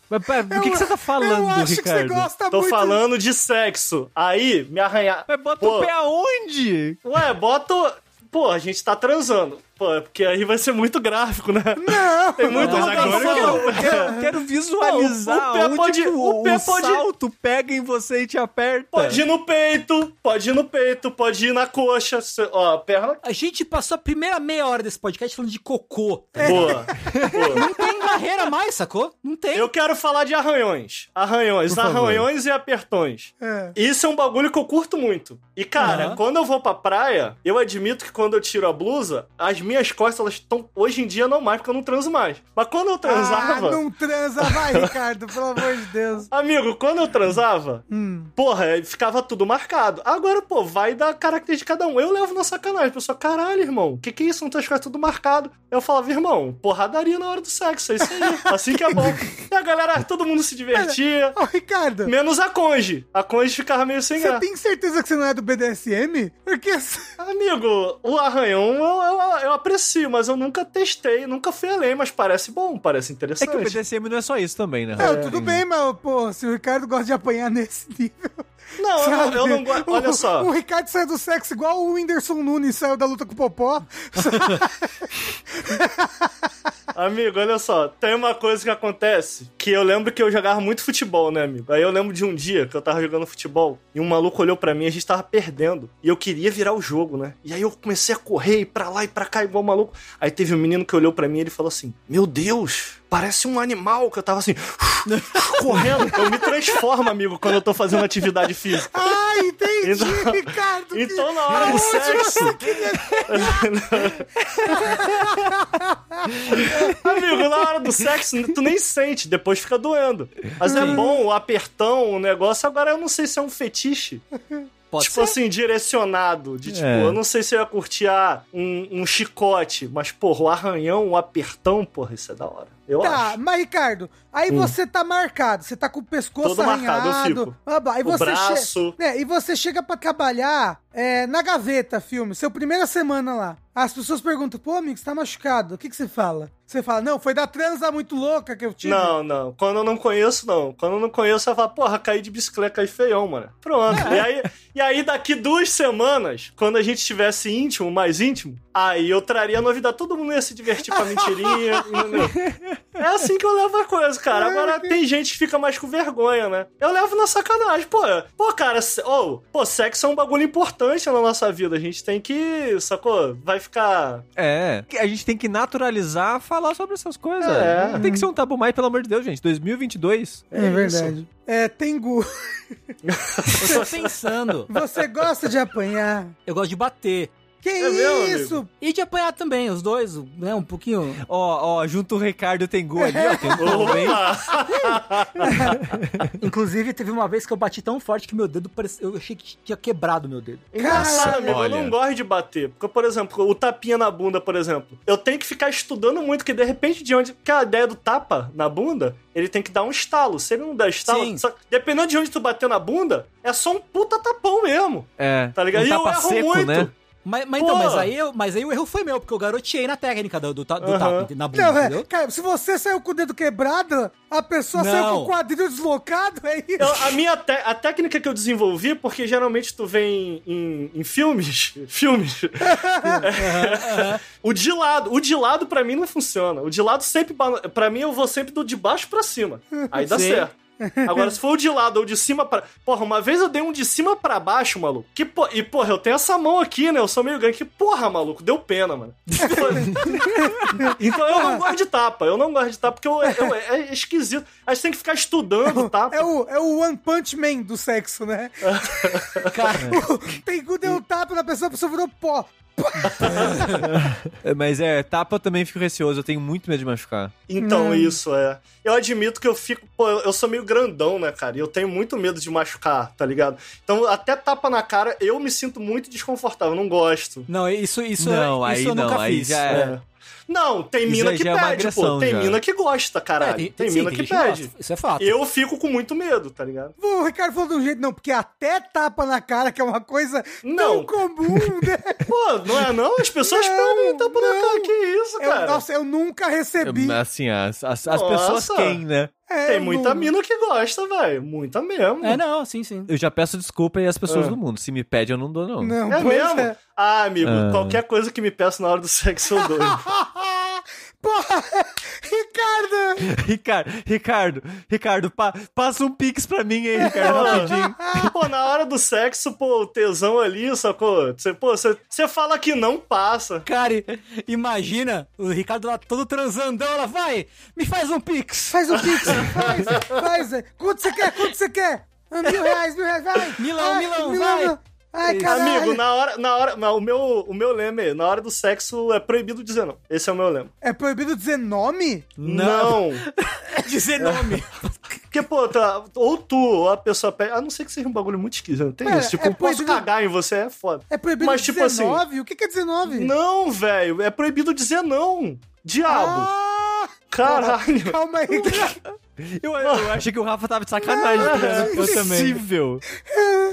[SPEAKER 2] Mas pera, do que,
[SPEAKER 1] Eu-
[SPEAKER 2] que você tá falando,
[SPEAKER 1] Eu acho que você
[SPEAKER 2] Ricardo?
[SPEAKER 1] gosta
[SPEAKER 4] Tô
[SPEAKER 1] muito.
[SPEAKER 4] falando de sexo. Aí, me arranhar.
[SPEAKER 2] é Mas bota
[SPEAKER 4] Pô,
[SPEAKER 2] o pé aonde?
[SPEAKER 4] Ué, bota. o- Pô, a gente tá transando. Pô, é porque aí vai ser muito gráfico, né?
[SPEAKER 1] Não!
[SPEAKER 4] Tem muito
[SPEAKER 2] Mas
[SPEAKER 4] lugar
[SPEAKER 2] agora eu
[SPEAKER 4] que
[SPEAKER 2] quero,
[SPEAKER 4] não.
[SPEAKER 2] eu quero- eu quero visualizar
[SPEAKER 4] Não, o pé
[SPEAKER 2] aonde
[SPEAKER 4] pode-
[SPEAKER 2] que o,
[SPEAKER 4] o pé
[SPEAKER 2] o
[SPEAKER 4] pode-
[SPEAKER 2] salto pega em você e te aperta.
[SPEAKER 4] Pode ir no peito, pode ir no peito, pode ir na coxa. se- Ó, a perna.
[SPEAKER 3] A gente passou a primeira meia hora desse podcast falando de cocô.
[SPEAKER 2] É.
[SPEAKER 4] Boa. Boa.
[SPEAKER 3] Não tem barreira mais, sacou? Não tem.
[SPEAKER 4] Eu quero falar de arranhões. Arranhões,
[SPEAKER 2] Por favor.
[SPEAKER 4] arranhões e apertões.
[SPEAKER 1] É.
[SPEAKER 4] Isso é um bagulho que eu curto muito. E, cara,
[SPEAKER 3] Aham.
[SPEAKER 4] quando eu vou pra praia, eu admito que quando eu tiro a blusa, as minhas costas, elas estão. Hoje em dia não mais, porque eu não transo mais. Mas quando eu transava.
[SPEAKER 1] Ah, não transa, vai, Ricardo, pelo amor de Deus.
[SPEAKER 4] Amigo, quando eu transava,
[SPEAKER 1] Hum.
[SPEAKER 4] porra, ficava tudo marcado. Agora, pô, vai da característica de cada um. Eu levo na sacanagem. A pessoa, caralho, irmão, que que é isso? Não tem as coisas tudo marcado. Eu falava, irmão, porradaria na hora do sexo, é isso aí. Assim que é bom. E a galera, todo mundo se divertia.
[SPEAKER 1] Ô, Ricardo,
[SPEAKER 4] Menos a Conge. A Conge ficava meio sem
[SPEAKER 1] você
[SPEAKER 4] graça.
[SPEAKER 1] tem certeza que você não é do BDSM? Porque.
[SPEAKER 4] É. Amigo, o arranhão eu, eu, eu aprecio, mas eu nunca testei, nunca fui além, mas parece bom, parece
[SPEAKER 2] É
[SPEAKER 4] interessante.
[SPEAKER 2] que o BDSM não é só isso também, né?
[SPEAKER 1] Não, tudo bem, mas, pô, se o Ricardo gosta de apanhar nesse nível.
[SPEAKER 4] Não, eu, não-
[SPEAKER 1] sabe?
[SPEAKER 4] eu não gosto. Olha
[SPEAKER 1] O-
[SPEAKER 4] só.
[SPEAKER 1] O Ricardo saiu do sexo igual o Whindersson Nunes saiu da luta com o Popó.
[SPEAKER 4] Amigo, olha só, tem uma coisa que acontece que eu lembro que eu jogava muito futebol, né, amigo? Aí eu lembro de um dia que eu tava jogando futebol e um maluco olhou pra mim, a gente tava perdendo e eu queria virar o jogo, né? E aí eu comecei a correr e pra lá e pra cá igual maluco. Aí teve um menino que olhou pra mim e ele falou assim: Meu Deus, parece um animal que eu tava assim, correndo. Eu me transformo, amigo, quando eu tô fazendo atividade física.
[SPEAKER 1] Ah, entendi,
[SPEAKER 4] Então-
[SPEAKER 1] Ricardo. que-
[SPEAKER 4] Então na hora do
[SPEAKER 1] Aonde
[SPEAKER 4] sexo.
[SPEAKER 1] você queria-
[SPEAKER 4] Amigo, na hora do sexo, tu nem sente, depois fica doendo. Mas é bom o apertão, o negócio. Agora eu não sei se é um fetiche,
[SPEAKER 3] Pode
[SPEAKER 4] tipo assim, direcionado. De tipo,
[SPEAKER 2] É.
[SPEAKER 4] eu não sei se eu ia curtir ah, um, um chicote, mas, porra, o arranhão, o apertão, porra, isso é da hora. Eu
[SPEAKER 1] Tá,
[SPEAKER 4] acho. Hum.
[SPEAKER 1] mas Ricardo, aí você tá marcado, você tá com o pescoço
[SPEAKER 4] Todo marcado,
[SPEAKER 1] arranhado,
[SPEAKER 4] eu fico.
[SPEAKER 1] blá, blá, aí
[SPEAKER 4] O
[SPEAKER 1] você
[SPEAKER 4] braço.
[SPEAKER 1] Chega, né, e você chega pra trabalhar é, na gaveta, filme, seu primeira semana lá. As pessoas perguntam, pô, amigo, você tá machucado, o que, que você fala? Você fala, não, foi da transa muito louca que eu tive.
[SPEAKER 4] Não, não. Quando eu não conheço, não. Quando eu não conheço, eu falo, porra, caí de bicicleta, caí feião, mano. Pronto. E, aí, e aí, daqui duas semanas, quando a gente estivesse íntimo, mais íntimo, aí eu traria a novidade. Todo mundo ia se divertir com a mentirinha. entendeu? é assim que eu levo a coisa, cara. Agora tem gente que fica mais com vergonha, né? Eu levo na sacanagem, pô. Pô, cara, se- ô, pô, sexo é um bagulho importante na nossa vida. A gente tem que, sacou? Vai ficar
[SPEAKER 2] É. A gente tem que naturalizar falar sobre essas coisas.
[SPEAKER 4] É.
[SPEAKER 2] Não tem que ser um tabu mais, pelo amor de Deus, gente. 2022.
[SPEAKER 1] É, verdade. É, Tengu,
[SPEAKER 3] Eu tô tá pensando.
[SPEAKER 1] você gosta de apanhar?
[SPEAKER 3] Eu gosto de bater.
[SPEAKER 1] Que
[SPEAKER 4] mesmo,
[SPEAKER 1] isso?
[SPEAKER 3] E de apanhar também, os dois, né? Um pouquinho.
[SPEAKER 2] Ó, ó, junto o Ricardo e o Tengu ali, ó. Tem um combo, hein?
[SPEAKER 4] Opa!
[SPEAKER 3] Inclusive, teve uma vez que eu bati tão forte que meu dedo parecia. Eu achei que tinha quebrado meu dedo.
[SPEAKER 4] Engraçado,
[SPEAKER 1] Caralho.
[SPEAKER 4] amigo, eu
[SPEAKER 2] Olha.
[SPEAKER 4] não gosto de bater. Porque, por exemplo, o tapinha na bunda, por exemplo, eu tenho que ficar estudando muito, que de repente, de onde. Porque a ideia do tapa na bunda, ele tem que dar um estalo. Se ele não der estalo,
[SPEAKER 3] Sim.
[SPEAKER 4] só- dependendo de onde tu bater na bunda, é só um puta tapão mesmo.
[SPEAKER 2] É.
[SPEAKER 4] Tá ligado?
[SPEAKER 2] Um
[SPEAKER 4] e eu
[SPEAKER 2] tapa
[SPEAKER 4] erro
[SPEAKER 2] seco,
[SPEAKER 4] muito.
[SPEAKER 2] né?
[SPEAKER 3] Mas, mas
[SPEAKER 4] Pô!
[SPEAKER 3] então, mas aí, eu- mas aí o erro foi meu, porque eu garoteei na técnica do, do, ta- do tapa,
[SPEAKER 4] Aham.
[SPEAKER 3] na bunda,
[SPEAKER 1] Não, é,
[SPEAKER 3] entendeu?
[SPEAKER 1] cara, se você saiu com o dedo quebrado, a pessoa saiu com
[SPEAKER 3] Não.
[SPEAKER 1] o quadril deslocado, é isso.
[SPEAKER 4] Eu- a minha te- a técnica que eu desenvolvi, porque geralmente tu vê em, em- em filmes, filmes, o de lado, o de lado pra mim não funciona. O de lado sempre, bala- pra mim eu vou sempre do de baixo pra cima, aí dá
[SPEAKER 3] Sim.
[SPEAKER 4] certo. Agora, se for o de lado ou de cima pra... Porra, uma vez eu dei um de cima pra baixo, maluco. Que po- E, porra, eu tenho essa mão aqui, né? Eu sou meio gangue. Que porra, maluco, deu pena, mano. então eu não gosto de tapa. Eu não gosto de tapa, porque eu- eu- é esquisito. A gente tem que ficar estudando tapa.
[SPEAKER 1] É o, é o One Punch Man do sexo, né?
[SPEAKER 4] É.
[SPEAKER 1] Tem que deu um tapa na pessoa, a pessoa virou pó.
[SPEAKER 2] É, Mas é, tapa eu também fico receoso, eu tenho muito medo de machucar.
[SPEAKER 4] Então, isso é. Eu admito que eu fico. Pô, eu eu sou meio grandão, né, cara? E eu tenho muito medo de machucar, tá ligado? Então, até tapa na cara, eu me sinto muito desconfortável, não gosto.
[SPEAKER 3] Não, isso, isso,
[SPEAKER 2] Não,
[SPEAKER 3] isso
[SPEAKER 2] aí
[SPEAKER 3] eu nunca
[SPEAKER 2] não, aí
[SPEAKER 3] fiz.
[SPEAKER 2] já é.
[SPEAKER 4] É. Não, tem
[SPEAKER 2] Isso
[SPEAKER 4] mina
[SPEAKER 2] aí
[SPEAKER 4] que
[SPEAKER 2] já é uma
[SPEAKER 4] pede, pô.
[SPEAKER 2] agressão,
[SPEAKER 4] Tem
[SPEAKER 2] já.
[SPEAKER 4] mina que gosta, caralho. tem,
[SPEAKER 3] É, sim,
[SPEAKER 4] mina que
[SPEAKER 3] gente gosta,
[SPEAKER 4] pede.
[SPEAKER 3] Isso é fato.
[SPEAKER 4] Eu fico com muito medo, tá ligado?
[SPEAKER 1] O Ricardo falou de um jeito, não, porque até tapa na cara, que é uma coisa tão
[SPEAKER 4] Não.
[SPEAKER 1] comum, né?
[SPEAKER 4] Pô, não é não? As pessoas
[SPEAKER 1] Não,
[SPEAKER 4] pedem tapa na
[SPEAKER 1] não.
[SPEAKER 4] cara. Que isso,
[SPEAKER 1] Eu,
[SPEAKER 4] cara?
[SPEAKER 1] nossa, eu nunca recebi.
[SPEAKER 2] Eu- Assim, as, as, as
[SPEAKER 4] É Nossa.
[SPEAKER 2] pessoas quem, né?
[SPEAKER 1] É,
[SPEAKER 4] tem
[SPEAKER 1] eu
[SPEAKER 4] muita
[SPEAKER 1] não-
[SPEAKER 4] mina que gosta, velho. Muita mesmo.
[SPEAKER 3] É, não, sim, sim.
[SPEAKER 2] Eu já peço desculpa aí às pessoas
[SPEAKER 4] Ah.
[SPEAKER 2] do mundo. Se me pede, eu não dou, não.
[SPEAKER 1] Não,
[SPEAKER 4] É
[SPEAKER 1] pois
[SPEAKER 4] mesmo?
[SPEAKER 1] é.
[SPEAKER 4] Ah, amigo,
[SPEAKER 2] Ah.
[SPEAKER 4] qualquer coisa que me peça na hora do sexo eu dou.
[SPEAKER 1] Porra, Ricardo!
[SPEAKER 2] Ricardo, Ricardo, Ricardo, pa- passa um pix pra mim aí, Ricardo, rapidinho.
[SPEAKER 4] Pô, pô, na hora do sexo, pô, o tesão ali, sacou? Você, pô, você, você fala que não passa.
[SPEAKER 3] Cara, e- imagina o Ricardo lá todo transandão, ela vai, me faz um pix,
[SPEAKER 1] Faz o pix, faz, faz. é. Quanto você quer? Quanto você quer? Ah, Mil reais, mil reais, vai!
[SPEAKER 3] Milão,
[SPEAKER 1] Ai,
[SPEAKER 3] Milão, vai.
[SPEAKER 1] não. Ai, caralho!
[SPEAKER 4] Amigo, na hora, na hora, mas o meu, o meu lema é, na hora do sexo é proibido dizer não. Esse é o meu lema.
[SPEAKER 1] É proibido dizer nome?
[SPEAKER 4] Não.
[SPEAKER 3] dizer nome.
[SPEAKER 4] Porque, pô, tá, ou tu, ou a pessoa pede, a não ser que seja um bagulho muito esquisito, tem
[SPEAKER 1] É,
[SPEAKER 4] isso. Tipo,
[SPEAKER 1] é
[SPEAKER 4] eu posso
[SPEAKER 1] proibido-
[SPEAKER 4] cagar em você, é foda.
[SPEAKER 1] É proibido
[SPEAKER 4] Mas,
[SPEAKER 1] dizer
[SPEAKER 4] tipo assim,
[SPEAKER 1] 19? O que que é 19?
[SPEAKER 4] Não, velho, é proibido dizer não. Diabo.
[SPEAKER 1] Ah,
[SPEAKER 4] Caralho.
[SPEAKER 1] calma aí.
[SPEAKER 2] Eu, eu achei que o Rafa tava de sacanagem.
[SPEAKER 4] Não,
[SPEAKER 2] né?
[SPEAKER 4] é
[SPEAKER 2] eu também. Possível.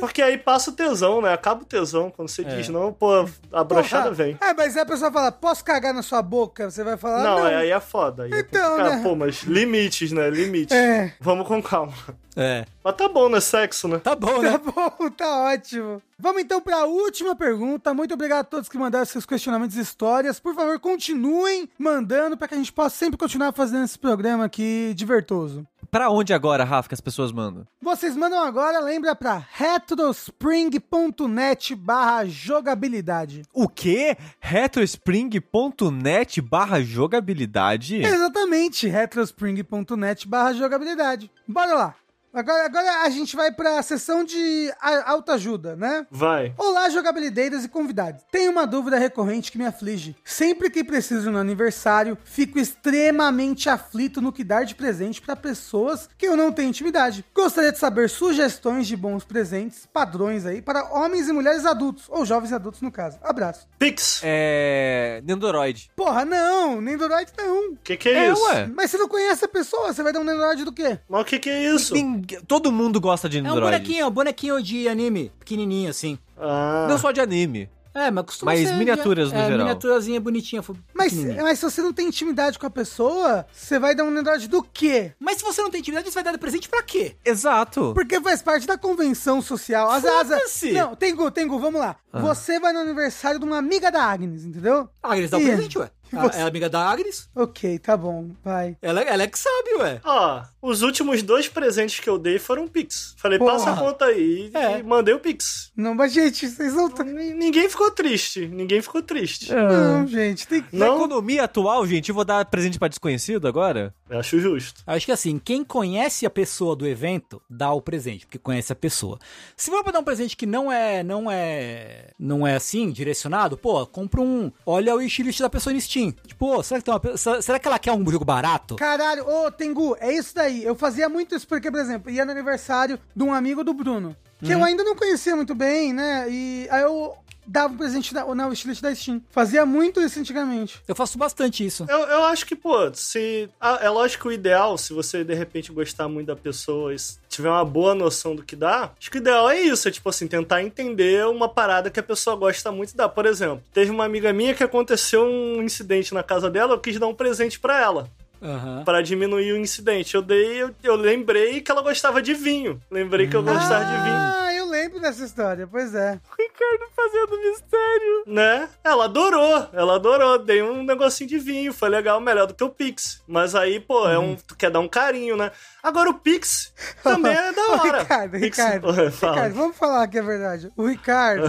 [SPEAKER 4] Porque aí passa o tesão, né? Acaba o tesão. Quando você diz não, pô,
[SPEAKER 1] Então,
[SPEAKER 4] a brochada
[SPEAKER 1] Porra.
[SPEAKER 4] vem.
[SPEAKER 1] É, mas aí a pessoa fala, posso cagar na sua boca? Você vai falar, Ah, não.
[SPEAKER 4] Não, é- aí é foda. Aí é
[SPEAKER 1] Então,
[SPEAKER 4] complicado.
[SPEAKER 1] né?
[SPEAKER 4] Pô, mas limites, né? Limites.
[SPEAKER 1] É.
[SPEAKER 4] Vamos com calma.
[SPEAKER 3] É,
[SPEAKER 4] Mas tá bom, né? Sexo, né?
[SPEAKER 3] tá
[SPEAKER 1] Tá
[SPEAKER 3] bom, né?
[SPEAKER 1] bom, tá ótimo. Vamos então para a última pergunta. Muito obrigado a todos que mandaram seus questionamentos e histórias. Por favor, continuem mandando para que a gente possa sempre continuar fazendo esse programa aqui divertoso.
[SPEAKER 2] Pra onde agora, Rafa, que as pessoas mandam?
[SPEAKER 1] Vocês mandam agora, lembra para retrospring.net barra jogabilidade.
[SPEAKER 2] O quê? Retrospring.net barra jogabilidade?
[SPEAKER 1] Exatamente, retrospring.net barra jogabilidade. Bora lá. Agora, agora a gente vai pra sessão de a- autoajuda, né?
[SPEAKER 4] Vai.
[SPEAKER 1] Olá, jogabilideiras e convidados. Tem uma dúvida recorrente que me aflige. Sempre que preciso no aniversário, fico extremamente aflito no que dar de presente pra pessoas que eu não tenho intimidade. Gostaria de saber sugestões de bons presentes, padrões aí, para homens e mulheres adultos, ou jovens adultos no caso. Abraço.
[SPEAKER 4] Pix.
[SPEAKER 2] É. Nendoroid.
[SPEAKER 1] Porra, não, nem Doroid não.
[SPEAKER 4] Que que é, isso?
[SPEAKER 2] ué.
[SPEAKER 1] Mas você não conhece a pessoa, você vai dar um Nenoroid do quê?
[SPEAKER 4] Mas o que que é isso?
[SPEAKER 2] Ninguém- Todo mundo gosta de
[SPEAKER 3] É um
[SPEAKER 2] Nendoroid.
[SPEAKER 3] bonequinho, um bonequinho de anime, pequenininho assim.
[SPEAKER 4] Ah.
[SPEAKER 2] Não só de anime.
[SPEAKER 3] É, mas costuma
[SPEAKER 2] Mas
[SPEAKER 3] ser-
[SPEAKER 2] miniaturas no
[SPEAKER 3] é,
[SPEAKER 2] geral.
[SPEAKER 3] miniaturazinha bonitinha. fo-
[SPEAKER 1] Mas,
[SPEAKER 3] pequenininha.
[SPEAKER 1] mas se você não tem intimidade com a pessoa, você vai dar um Nenoroid do quê?
[SPEAKER 3] Mas se você não tem intimidade, você vai dar de presente pra quê?
[SPEAKER 2] Exato.
[SPEAKER 1] Porque faz parte da convenção social. As asas.
[SPEAKER 3] Foda-se! Ah.
[SPEAKER 1] Não, Tengu, Tengu, vamos lá. Você vai no aniversário de uma amiga da Agnes, entendeu?
[SPEAKER 3] A Agnes dá um
[SPEAKER 1] Ih,
[SPEAKER 3] presente, ué. Ela
[SPEAKER 1] você-
[SPEAKER 3] é amiga da Agnes.
[SPEAKER 1] Ok, tá bom, vai.
[SPEAKER 3] Ela, ela é que sabe, ué.
[SPEAKER 4] Ó, os últimos dois presentes que eu dei foram Pix. Falei,
[SPEAKER 1] Porra.
[SPEAKER 4] passa a conta aí e-
[SPEAKER 3] É.
[SPEAKER 4] e mandei o Pix.
[SPEAKER 1] Não, mas gente, vocês não estão.
[SPEAKER 4] N- Ninguém ficou triste. Ninguém ficou triste.
[SPEAKER 1] É.
[SPEAKER 3] Ah.
[SPEAKER 1] Não, gente, tem que.
[SPEAKER 2] Na
[SPEAKER 4] Não?
[SPEAKER 2] economia atual, gente, eu vou dar presente pra desconhecido agora?
[SPEAKER 4] Eu Acho justo.
[SPEAKER 3] Acho que assim, quem conhece a pessoa do evento, dá o presente, porque conhece a pessoa. Se for pra dar um presente que não é, não é, não é assim, direcionado, pô, compra um, olha o wishlist da pessoa no Steam. Tipo, ô, será que tem uma, pe- será- será que ela quer um jogo barato?
[SPEAKER 1] Caralho, ô Tengu, é isso daí. Eu fazia muito isso porque, por exemplo, ia no
[SPEAKER 3] Uhum.
[SPEAKER 1] aniversário de um amigo do Bruno, que eu ainda não conhecia muito bem, né? E aí eu dava um presente na, na wishlist da Steam. Fazia muito isso antigamente.
[SPEAKER 3] Eu faço bastante isso.
[SPEAKER 4] Eu, eu acho que, pô, se. ah, É lógico o ideal, se você de repente gostar muito da pessoa e s- tiver uma boa noção do que dá, acho que o ideal é isso, é tipo assim, tentar entender uma parada que a pessoa gosta muito e dá. Por exemplo, teve uma amiga minha que aconteceu um incidente na casa dela, eu quis dar um presente pra ela.
[SPEAKER 3] Aham.
[SPEAKER 4] Pra diminuir o incidente. Eu dei, eu, eu lembrei que ela gostava de vinho. Lembrei que eu gostava de vinho.
[SPEAKER 1] Ah, eu lembro dessa história, pois é.
[SPEAKER 2] Fazendo mistério.
[SPEAKER 4] né? Ela adorou, ela adorou. Dei um negocinho de vinho, foi legal, melhor do que o Pix. Mas aí, pô, é
[SPEAKER 1] Uhum.
[SPEAKER 4] um, tu quer dar um carinho, né? Agora o Pix também é da
[SPEAKER 1] Ô,
[SPEAKER 4] hora.
[SPEAKER 1] Ricardo,
[SPEAKER 4] Pix-
[SPEAKER 1] Ricardo,
[SPEAKER 4] Fala.
[SPEAKER 1] Ricardo, vamos falar que é verdade. O Ricardo,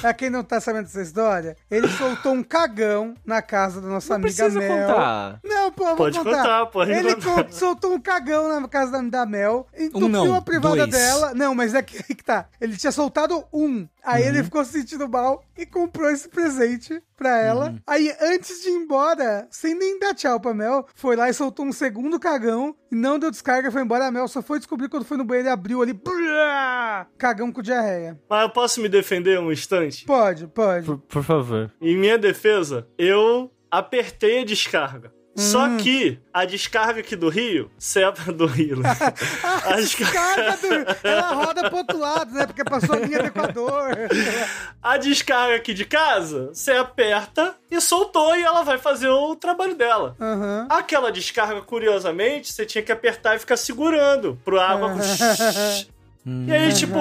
[SPEAKER 1] pra quem não tá sabendo dessa história, ele soltou um cagão na casa da nossa
[SPEAKER 2] Não
[SPEAKER 1] amiga
[SPEAKER 2] precisa
[SPEAKER 1] Mel.
[SPEAKER 2] contar.
[SPEAKER 1] Não, pô, eu vou
[SPEAKER 4] Pode contar, pode
[SPEAKER 1] Ele
[SPEAKER 4] contar.
[SPEAKER 1] co- soltou um cagão na casa da, da Mel, entupiu
[SPEAKER 3] Um não,
[SPEAKER 1] a privada
[SPEAKER 3] dois.
[SPEAKER 1] dela. Não, mas é que, é que tá. Ele tinha soltado um. Aí
[SPEAKER 3] Uhum.
[SPEAKER 1] ele ficou se sentindo mal e comprou esse presente pra ela.
[SPEAKER 3] Uhum.
[SPEAKER 1] Aí, antes de ir embora, sem nem dar tchau pra Mel, foi lá e soltou um segundo cagão. E não deu descarga, foi embora. A Mel só foi descobrir quando foi no banheiro e abriu ali. brrr, Cagão com diarreia.
[SPEAKER 4] Mas eu posso me defender um instante?
[SPEAKER 1] Pode, pode.
[SPEAKER 2] Por, por favor.
[SPEAKER 4] Em minha defesa, eu apertei a descarga.
[SPEAKER 1] Hum.
[SPEAKER 4] Só que a descarga aqui do Rio, Seba do Rio, né? a descarga...
[SPEAKER 1] Carga do... Ela roda pro outro lado, né? Porque passou a linha do Equador.
[SPEAKER 4] A descarga aqui de casa, você aperta e soltou e ela vai fazer o trabalho dela.
[SPEAKER 1] Aham.
[SPEAKER 4] Aquela descarga, curiosamente, você tinha que apertar e ficar segurando pro água.
[SPEAKER 2] Ah.
[SPEAKER 4] E
[SPEAKER 2] Uhum.
[SPEAKER 4] aí, tipo,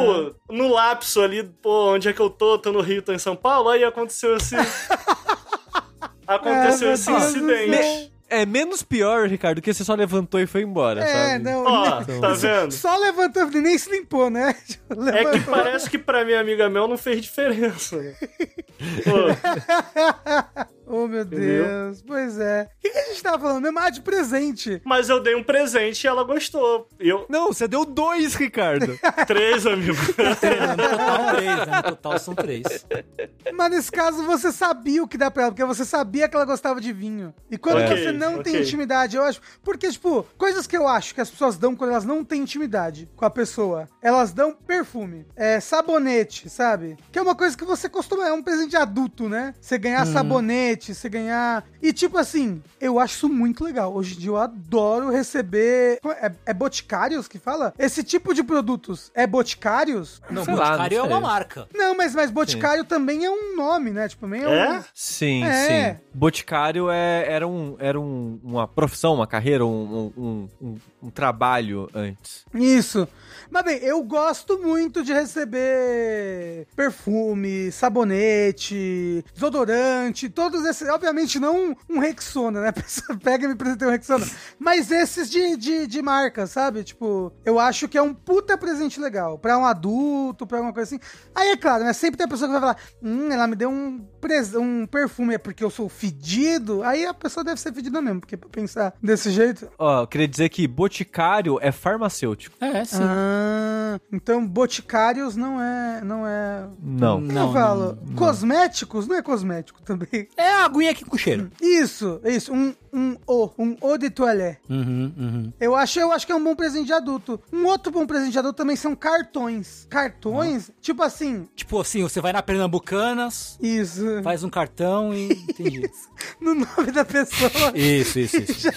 [SPEAKER 4] no lapso ali, pô, onde é que eu tô? Tô no Rio, tô em São Paulo, aí aconteceu esse. aconteceu
[SPEAKER 1] meu
[SPEAKER 4] esse
[SPEAKER 1] Deus do
[SPEAKER 4] incidente.
[SPEAKER 2] É menos pior, Ricardo, que você só levantou e foi embora,
[SPEAKER 1] É,
[SPEAKER 2] sabe?
[SPEAKER 1] não.
[SPEAKER 4] Ó,
[SPEAKER 1] né?
[SPEAKER 4] tá vendo?
[SPEAKER 1] Só levantou e nem se limpou, né?
[SPEAKER 4] É que
[SPEAKER 1] Levantou.
[SPEAKER 4] parece que pra minha amiga Mel não fez diferença. né? Pô,
[SPEAKER 1] Oh, meu
[SPEAKER 4] Entendeu?
[SPEAKER 1] Deus. Pois é. O que, que a gente tava falando mesmo? Ah, de presente.
[SPEAKER 4] mas eu dei um presente e ela gostou. Eu,
[SPEAKER 2] Não, você deu dois, Ricardo.
[SPEAKER 4] três, amigo.
[SPEAKER 3] É, No total três, né? No total são três.
[SPEAKER 1] Mas nesse caso, você sabia o que dá pra ela, porque você sabia que ela gostava de vinho. E quando
[SPEAKER 4] Ok,
[SPEAKER 1] você não tem
[SPEAKER 4] ok.
[SPEAKER 1] intimidade, eu acho... Porque, tipo, coisas que eu acho que as pessoas dão quando elas não têm intimidade com a pessoa. Elas dão perfume, é, sabonete, sabe? Que é uma coisa que você costuma... É um presente de adulto, né? Você ganhar
[SPEAKER 4] Uhum.
[SPEAKER 1] sabonete, você ganhar... E, tipo assim, eu acho isso muito legal. Hoje em dia eu adoro receber... É, é boticários que fala? Esse tipo de produtos. É boticários?
[SPEAKER 3] Não,
[SPEAKER 2] Sei lá,
[SPEAKER 3] Boticário
[SPEAKER 2] não
[SPEAKER 3] é
[SPEAKER 2] sei.
[SPEAKER 3] uma marca.
[SPEAKER 1] Não, mas, mas Boticário também é um nome, né? Tipo, meio.
[SPEAKER 4] É?
[SPEAKER 2] Sim,
[SPEAKER 1] É.
[SPEAKER 2] sim. Boticário é- era, um, era um- uma profissão, uma carreira, um, um- um- um- um trabalho antes.
[SPEAKER 1] Isso. Mas bem, eu gosto muito de receber perfume, sabonete, desodorante, todos esses. Obviamente, não um Rexona, né? A pessoa pega e me presenteia um Rexona. Mas esses de, de, de marca, sabe? Tipo, eu acho que é um puta presente legal. Pra um adulto, pra alguma coisa assim. Aí é claro, né? Sempre tem a pessoa que vai falar: hum, ela me deu um, pres- um perfume, é porque eu sou fedido. Aí a pessoa deve ser fedida mesmo, porque pra pensar desse jeito.
[SPEAKER 2] Ó, eu queria dizer que boticário é farmacêutico.
[SPEAKER 3] É, sim.
[SPEAKER 1] Ah, então boticários não é. Não é.
[SPEAKER 2] Não.
[SPEAKER 1] Como eu
[SPEAKER 3] Não,
[SPEAKER 1] falo? Cosméticos não é cosmético também.
[SPEAKER 3] É a aguinha aqui com cheiro.
[SPEAKER 1] Isso, isso. Um, um O, um O de toilette.
[SPEAKER 3] Uhum, uhum.
[SPEAKER 1] Eu acho, eu acho que é um bom presente de adulto. Um outro bom presente de adulto também são cartões. Cartões?
[SPEAKER 3] Ah.
[SPEAKER 1] Tipo assim.
[SPEAKER 3] Tipo assim, você vai na Pernambucanas,
[SPEAKER 1] Isso.
[SPEAKER 3] faz um cartão e. Entendi.
[SPEAKER 1] No nome da pessoa.
[SPEAKER 3] Isso, isso, isso.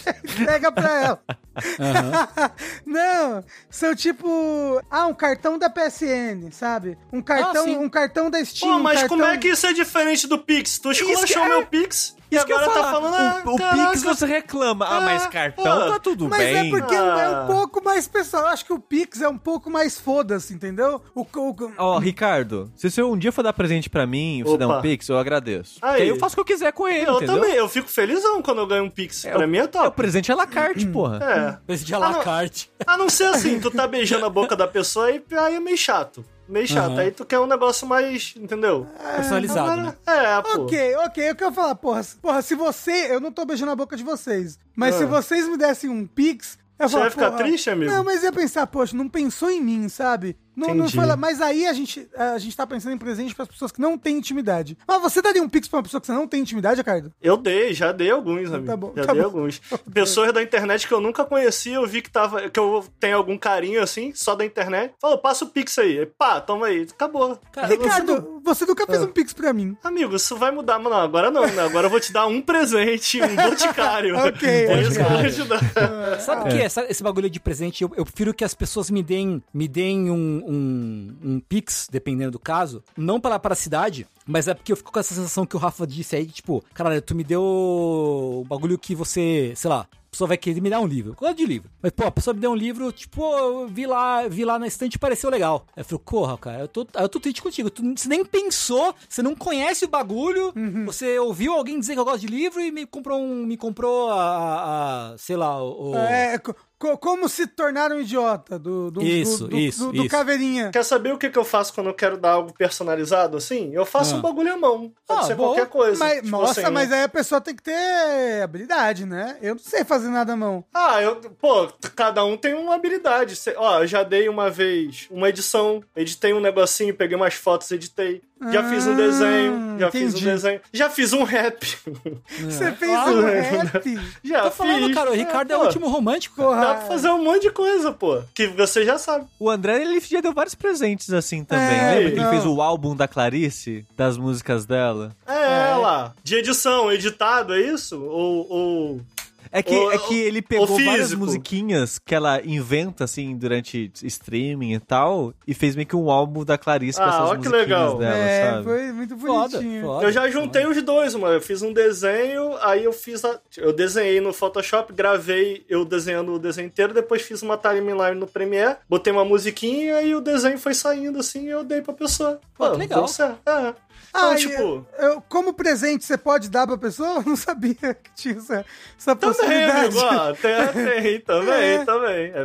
[SPEAKER 1] Pega pra ela. não, são tipo. Ah, um cartão da PSN, sabe? Um cartão,
[SPEAKER 3] Ah, sim.
[SPEAKER 1] um cartão da Steam.
[SPEAKER 4] Pô,
[SPEAKER 1] um
[SPEAKER 4] mas como
[SPEAKER 1] cartão-
[SPEAKER 4] é que isso é diferente do Pix? Tu esculachou
[SPEAKER 1] que-
[SPEAKER 4] meu Pix e
[SPEAKER 2] é Isso que eu
[SPEAKER 4] agora
[SPEAKER 2] ia
[SPEAKER 4] tá
[SPEAKER 2] falar.
[SPEAKER 4] falando...
[SPEAKER 2] O,
[SPEAKER 4] ah,
[SPEAKER 2] o
[SPEAKER 4] caraca,
[SPEAKER 2] Pix você reclama. Ah, mas cartão
[SPEAKER 4] ah,
[SPEAKER 2] tá tudo
[SPEAKER 1] Mas
[SPEAKER 2] bem.
[SPEAKER 1] é porque é
[SPEAKER 4] Ah.
[SPEAKER 1] um pouco mais pessoal. Eu acho que o Pix é um pouco mais foda-se, entendeu? O, o-
[SPEAKER 2] Ó, Ricardo, se você um dia for dar presente pra mim, você der
[SPEAKER 4] Opa.
[SPEAKER 2] um pix, eu agradeço.
[SPEAKER 4] Aí.
[SPEAKER 2] Porque aí eu faço o que eu quiser com ele,
[SPEAKER 4] Eu
[SPEAKER 2] entendeu?
[SPEAKER 4] também, eu fico felizão quando eu ganho um Pix. pra
[SPEAKER 2] o-
[SPEAKER 4] mim é
[SPEAKER 2] É o
[SPEAKER 4] top.
[SPEAKER 2] presente à la carte, porra.
[SPEAKER 4] É.
[SPEAKER 3] Esse de à
[SPEAKER 4] Ah,
[SPEAKER 3] la
[SPEAKER 4] não.
[SPEAKER 3] carte.
[SPEAKER 4] A não ser assim, tu tá beijando a boca da pessoa e aí é meio chato. Meio chato.
[SPEAKER 3] Aham.
[SPEAKER 4] Aí tu quer um negócio mais, entendeu?
[SPEAKER 3] Personalizado, né?
[SPEAKER 4] É, pô.
[SPEAKER 1] Ok, ok. O que eu ia falar, porra, se- porra, se você. Eu não tô beijando a boca de vocês. Mas
[SPEAKER 4] Ah.
[SPEAKER 1] se vocês me dessem um Pix. Eu ia
[SPEAKER 4] Você
[SPEAKER 1] falar,
[SPEAKER 4] vai ficar
[SPEAKER 1] porra,
[SPEAKER 4] triste, amigo?
[SPEAKER 1] Não, mas eu ia pensar, poxa, não pensou em mim, sabe? Não, não
[SPEAKER 4] Entendi.
[SPEAKER 1] fala, mas aí a gente, a gente tá pensando em presente pras pessoas que não têm intimidade. Mas você daria um pix pra uma pessoa que você não tem intimidade, Ricardo?
[SPEAKER 4] Eu dei, já dei alguns, amigo.
[SPEAKER 1] Tá bom,
[SPEAKER 4] já
[SPEAKER 1] tá
[SPEAKER 4] dei
[SPEAKER 1] bom.
[SPEAKER 4] alguns. Pessoas da internet que eu nunca conheci, eu vi que tava. que eu tenho algum carinho assim, só da internet. Falou, passa o Pix aí. Aí, Pá, toma aí. Acabou.
[SPEAKER 3] Cara,
[SPEAKER 4] Você
[SPEAKER 1] Ricardo,
[SPEAKER 4] não- Ah.
[SPEAKER 1] você nunca fez um pix pra mim.
[SPEAKER 4] Amigo, isso vai mudar, mas não, agora não, né? Agora eu vou te dar um presente, um boticário.
[SPEAKER 1] Ok,
[SPEAKER 4] É isso que eu vou
[SPEAKER 3] ok.
[SPEAKER 4] te dar.
[SPEAKER 3] Sabe o que? é? Sabe Esse bagulho de presente, eu, eu prefiro que as pessoas me deem, me deem um, um, um pix, dependendo do caso. Não pela para a cidade, mas é porque eu fico com essa sensação que o Rafa disse aí, que, tipo, caralho, tu me deu o bagulho que você, sei lá. A pessoa vai querer me dar um livro. Eu gosto de livro. Mas, pô, a pessoa me deu um livro, tipo, "Pô, eu vi lá, vi lá na estante e pareceu legal. Aí eu falei, corra, cara, eu tô, eu tô triste contigo. Tu, você nem pensou, você não conhece o bagulho, você ouviu alguém dizer que eu gosto de livro e me comprou um. Me comprou a. a- a- sei lá, o.
[SPEAKER 1] É, co- co- como se tornar um idiota do, do,
[SPEAKER 3] Isso,
[SPEAKER 1] do, do-
[SPEAKER 3] isso,
[SPEAKER 1] do- do
[SPEAKER 3] isso.
[SPEAKER 1] caveirinha.
[SPEAKER 4] Quer saber o que, que eu faço quando eu quero dar algo personalizado assim? Eu faço
[SPEAKER 3] Ah.
[SPEAKER 4] um bagulho à mão. Pode
[SPEAKER 3] Ah,
[SPEAKER 4] ser
[SPEAKER 3] boa.
[SPEAKER 4] qualquer coisa.
[SPEAKER 1] Mas,
[SPEAKER 4] Tipo
[SPEAKER 1] nossa,
[SPEAKER 4] assim,
[SPEAKER 3] é-
[SPEAKER 1] mas aí a pessoa tem que ter habilidade, né? Eu não sei fazer nada à mão.
[SPEAKER 4] Ah, eu, pô, t- cada um tem uma habilidade. Cê- ó, eu já dei uma vez uma edição, editei um negocinho, peguei umas fotos, editei. Já
[SPEAKER 1] Ah,
[SPEAKER 4] fiz um desenho, já fiz
[SPEAKER 1] entendi.
[SPEAKER 4] um desenho. Já fiz um rap.
[SPEAKER 1] Você fez um
[SPEAKER 3] É.
[SPEAKER 4] Claro, né?
[SPEAKER 1] rap?
[SPEAKER 4] já
[SPEAKER 3] Tô falando,
[SPEAKER 4] fiz.
[SPEAKER 3] cara, o Ricardo é, o
[SPEAKER 4] Tá pô,
[SPEAKER 3] último romântico. cara.
[SPEAKER 1] Porra.
[SPEAKER 4] Dá pra fazer um monte de coisa, pô. Que você já sabe.
[SPEAKER 2] O André, ele já deu vários presentes assim também.
[SPEAKER 1] É,
[SPEAKER 2] Lembra que
[SPEAKER 1] não.
[SPEAKER 2] ele fez o álbum da Clarice, das músicas dela?
[SPEAKER 4] É, lá. De edição, editado, é isso? Ou. ou...
[SPEAKER 2] É que,
[SPEAKER 4] O-
[SPEAKER 2] é que ele pegou
[SPEAKER 4] o
[SPEAKER 2] várias
[SPEAKER 4] físico.
[SPEAKER 2] musiquinhas que ela inventa, assim, durante streaming e tal, e fez meio que um álbum da Clarice com
[SPEAKER 4] Ah,
[SPEAKER 2] essas
[SPEAKER 4] ó que
[SPEAKER 2] musiquinhas
[SPEAKER 4] legal.
[SPEAKER 2] dela,
[SPEAKER 1] é,
[SPEAKER 2] sabe?
[SPEAKER 1] foi muito
[SPEAKER 3] Foda,
[SPEAKER 1] bonitinho.
[SPEAKER 3] foda.
[SPEAKER 4] Eu já juntei os dois, mano. Eu fiz um desenho, aí eu fiz a... Eu desenhei no Photoshop, gravei eu desenhando o desenho inteiro, depois fiz uma timeline no Premiere, botei uma musiquinha e o desenho foi saindo assim e eu dei pra pessoa.
[SPEAKER 3] Pô, que legal.
[SPEAKER 4] deu certo. É. Então,
[SPEAKER 1] Ah, e
[SPEAKER 4] tipo...
[SPEAKER 1] Eu, como presente, você pode dar pra pessoa? Eu não sabia que tinha essa, essa
[SPEAKER 4] Também,
[SPEAKER 1] é possibilidade.
[SPEAKER 4] amigo, ó, tem, tem, também,
[SPEAKER 1] É.
[SPEAKER 4] também, é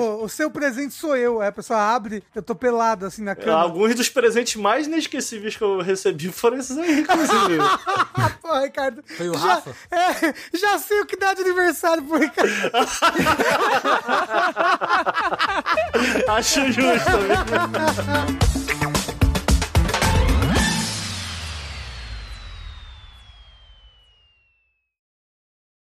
[SPEAKER 1] O, o seu presente sou eu. Aí a pessoa abre, eu tô pelado assim na cama.
[SPEAKER 4] É, Alguns dos presentes mais inesquecíveis que eu recebi foram esses aí, inclusive.
[SPEAKER 1] Ah, pô, Ricardo.
[SPEAKER 3] Foi o
[SPEAKER 1] já,
[SPEAKER 3] Rafa?
[SPEAKER 1] É, já sei o que dá de aniversário pro Ricardo.
[SPEAKER 4] Acho justo, amigo.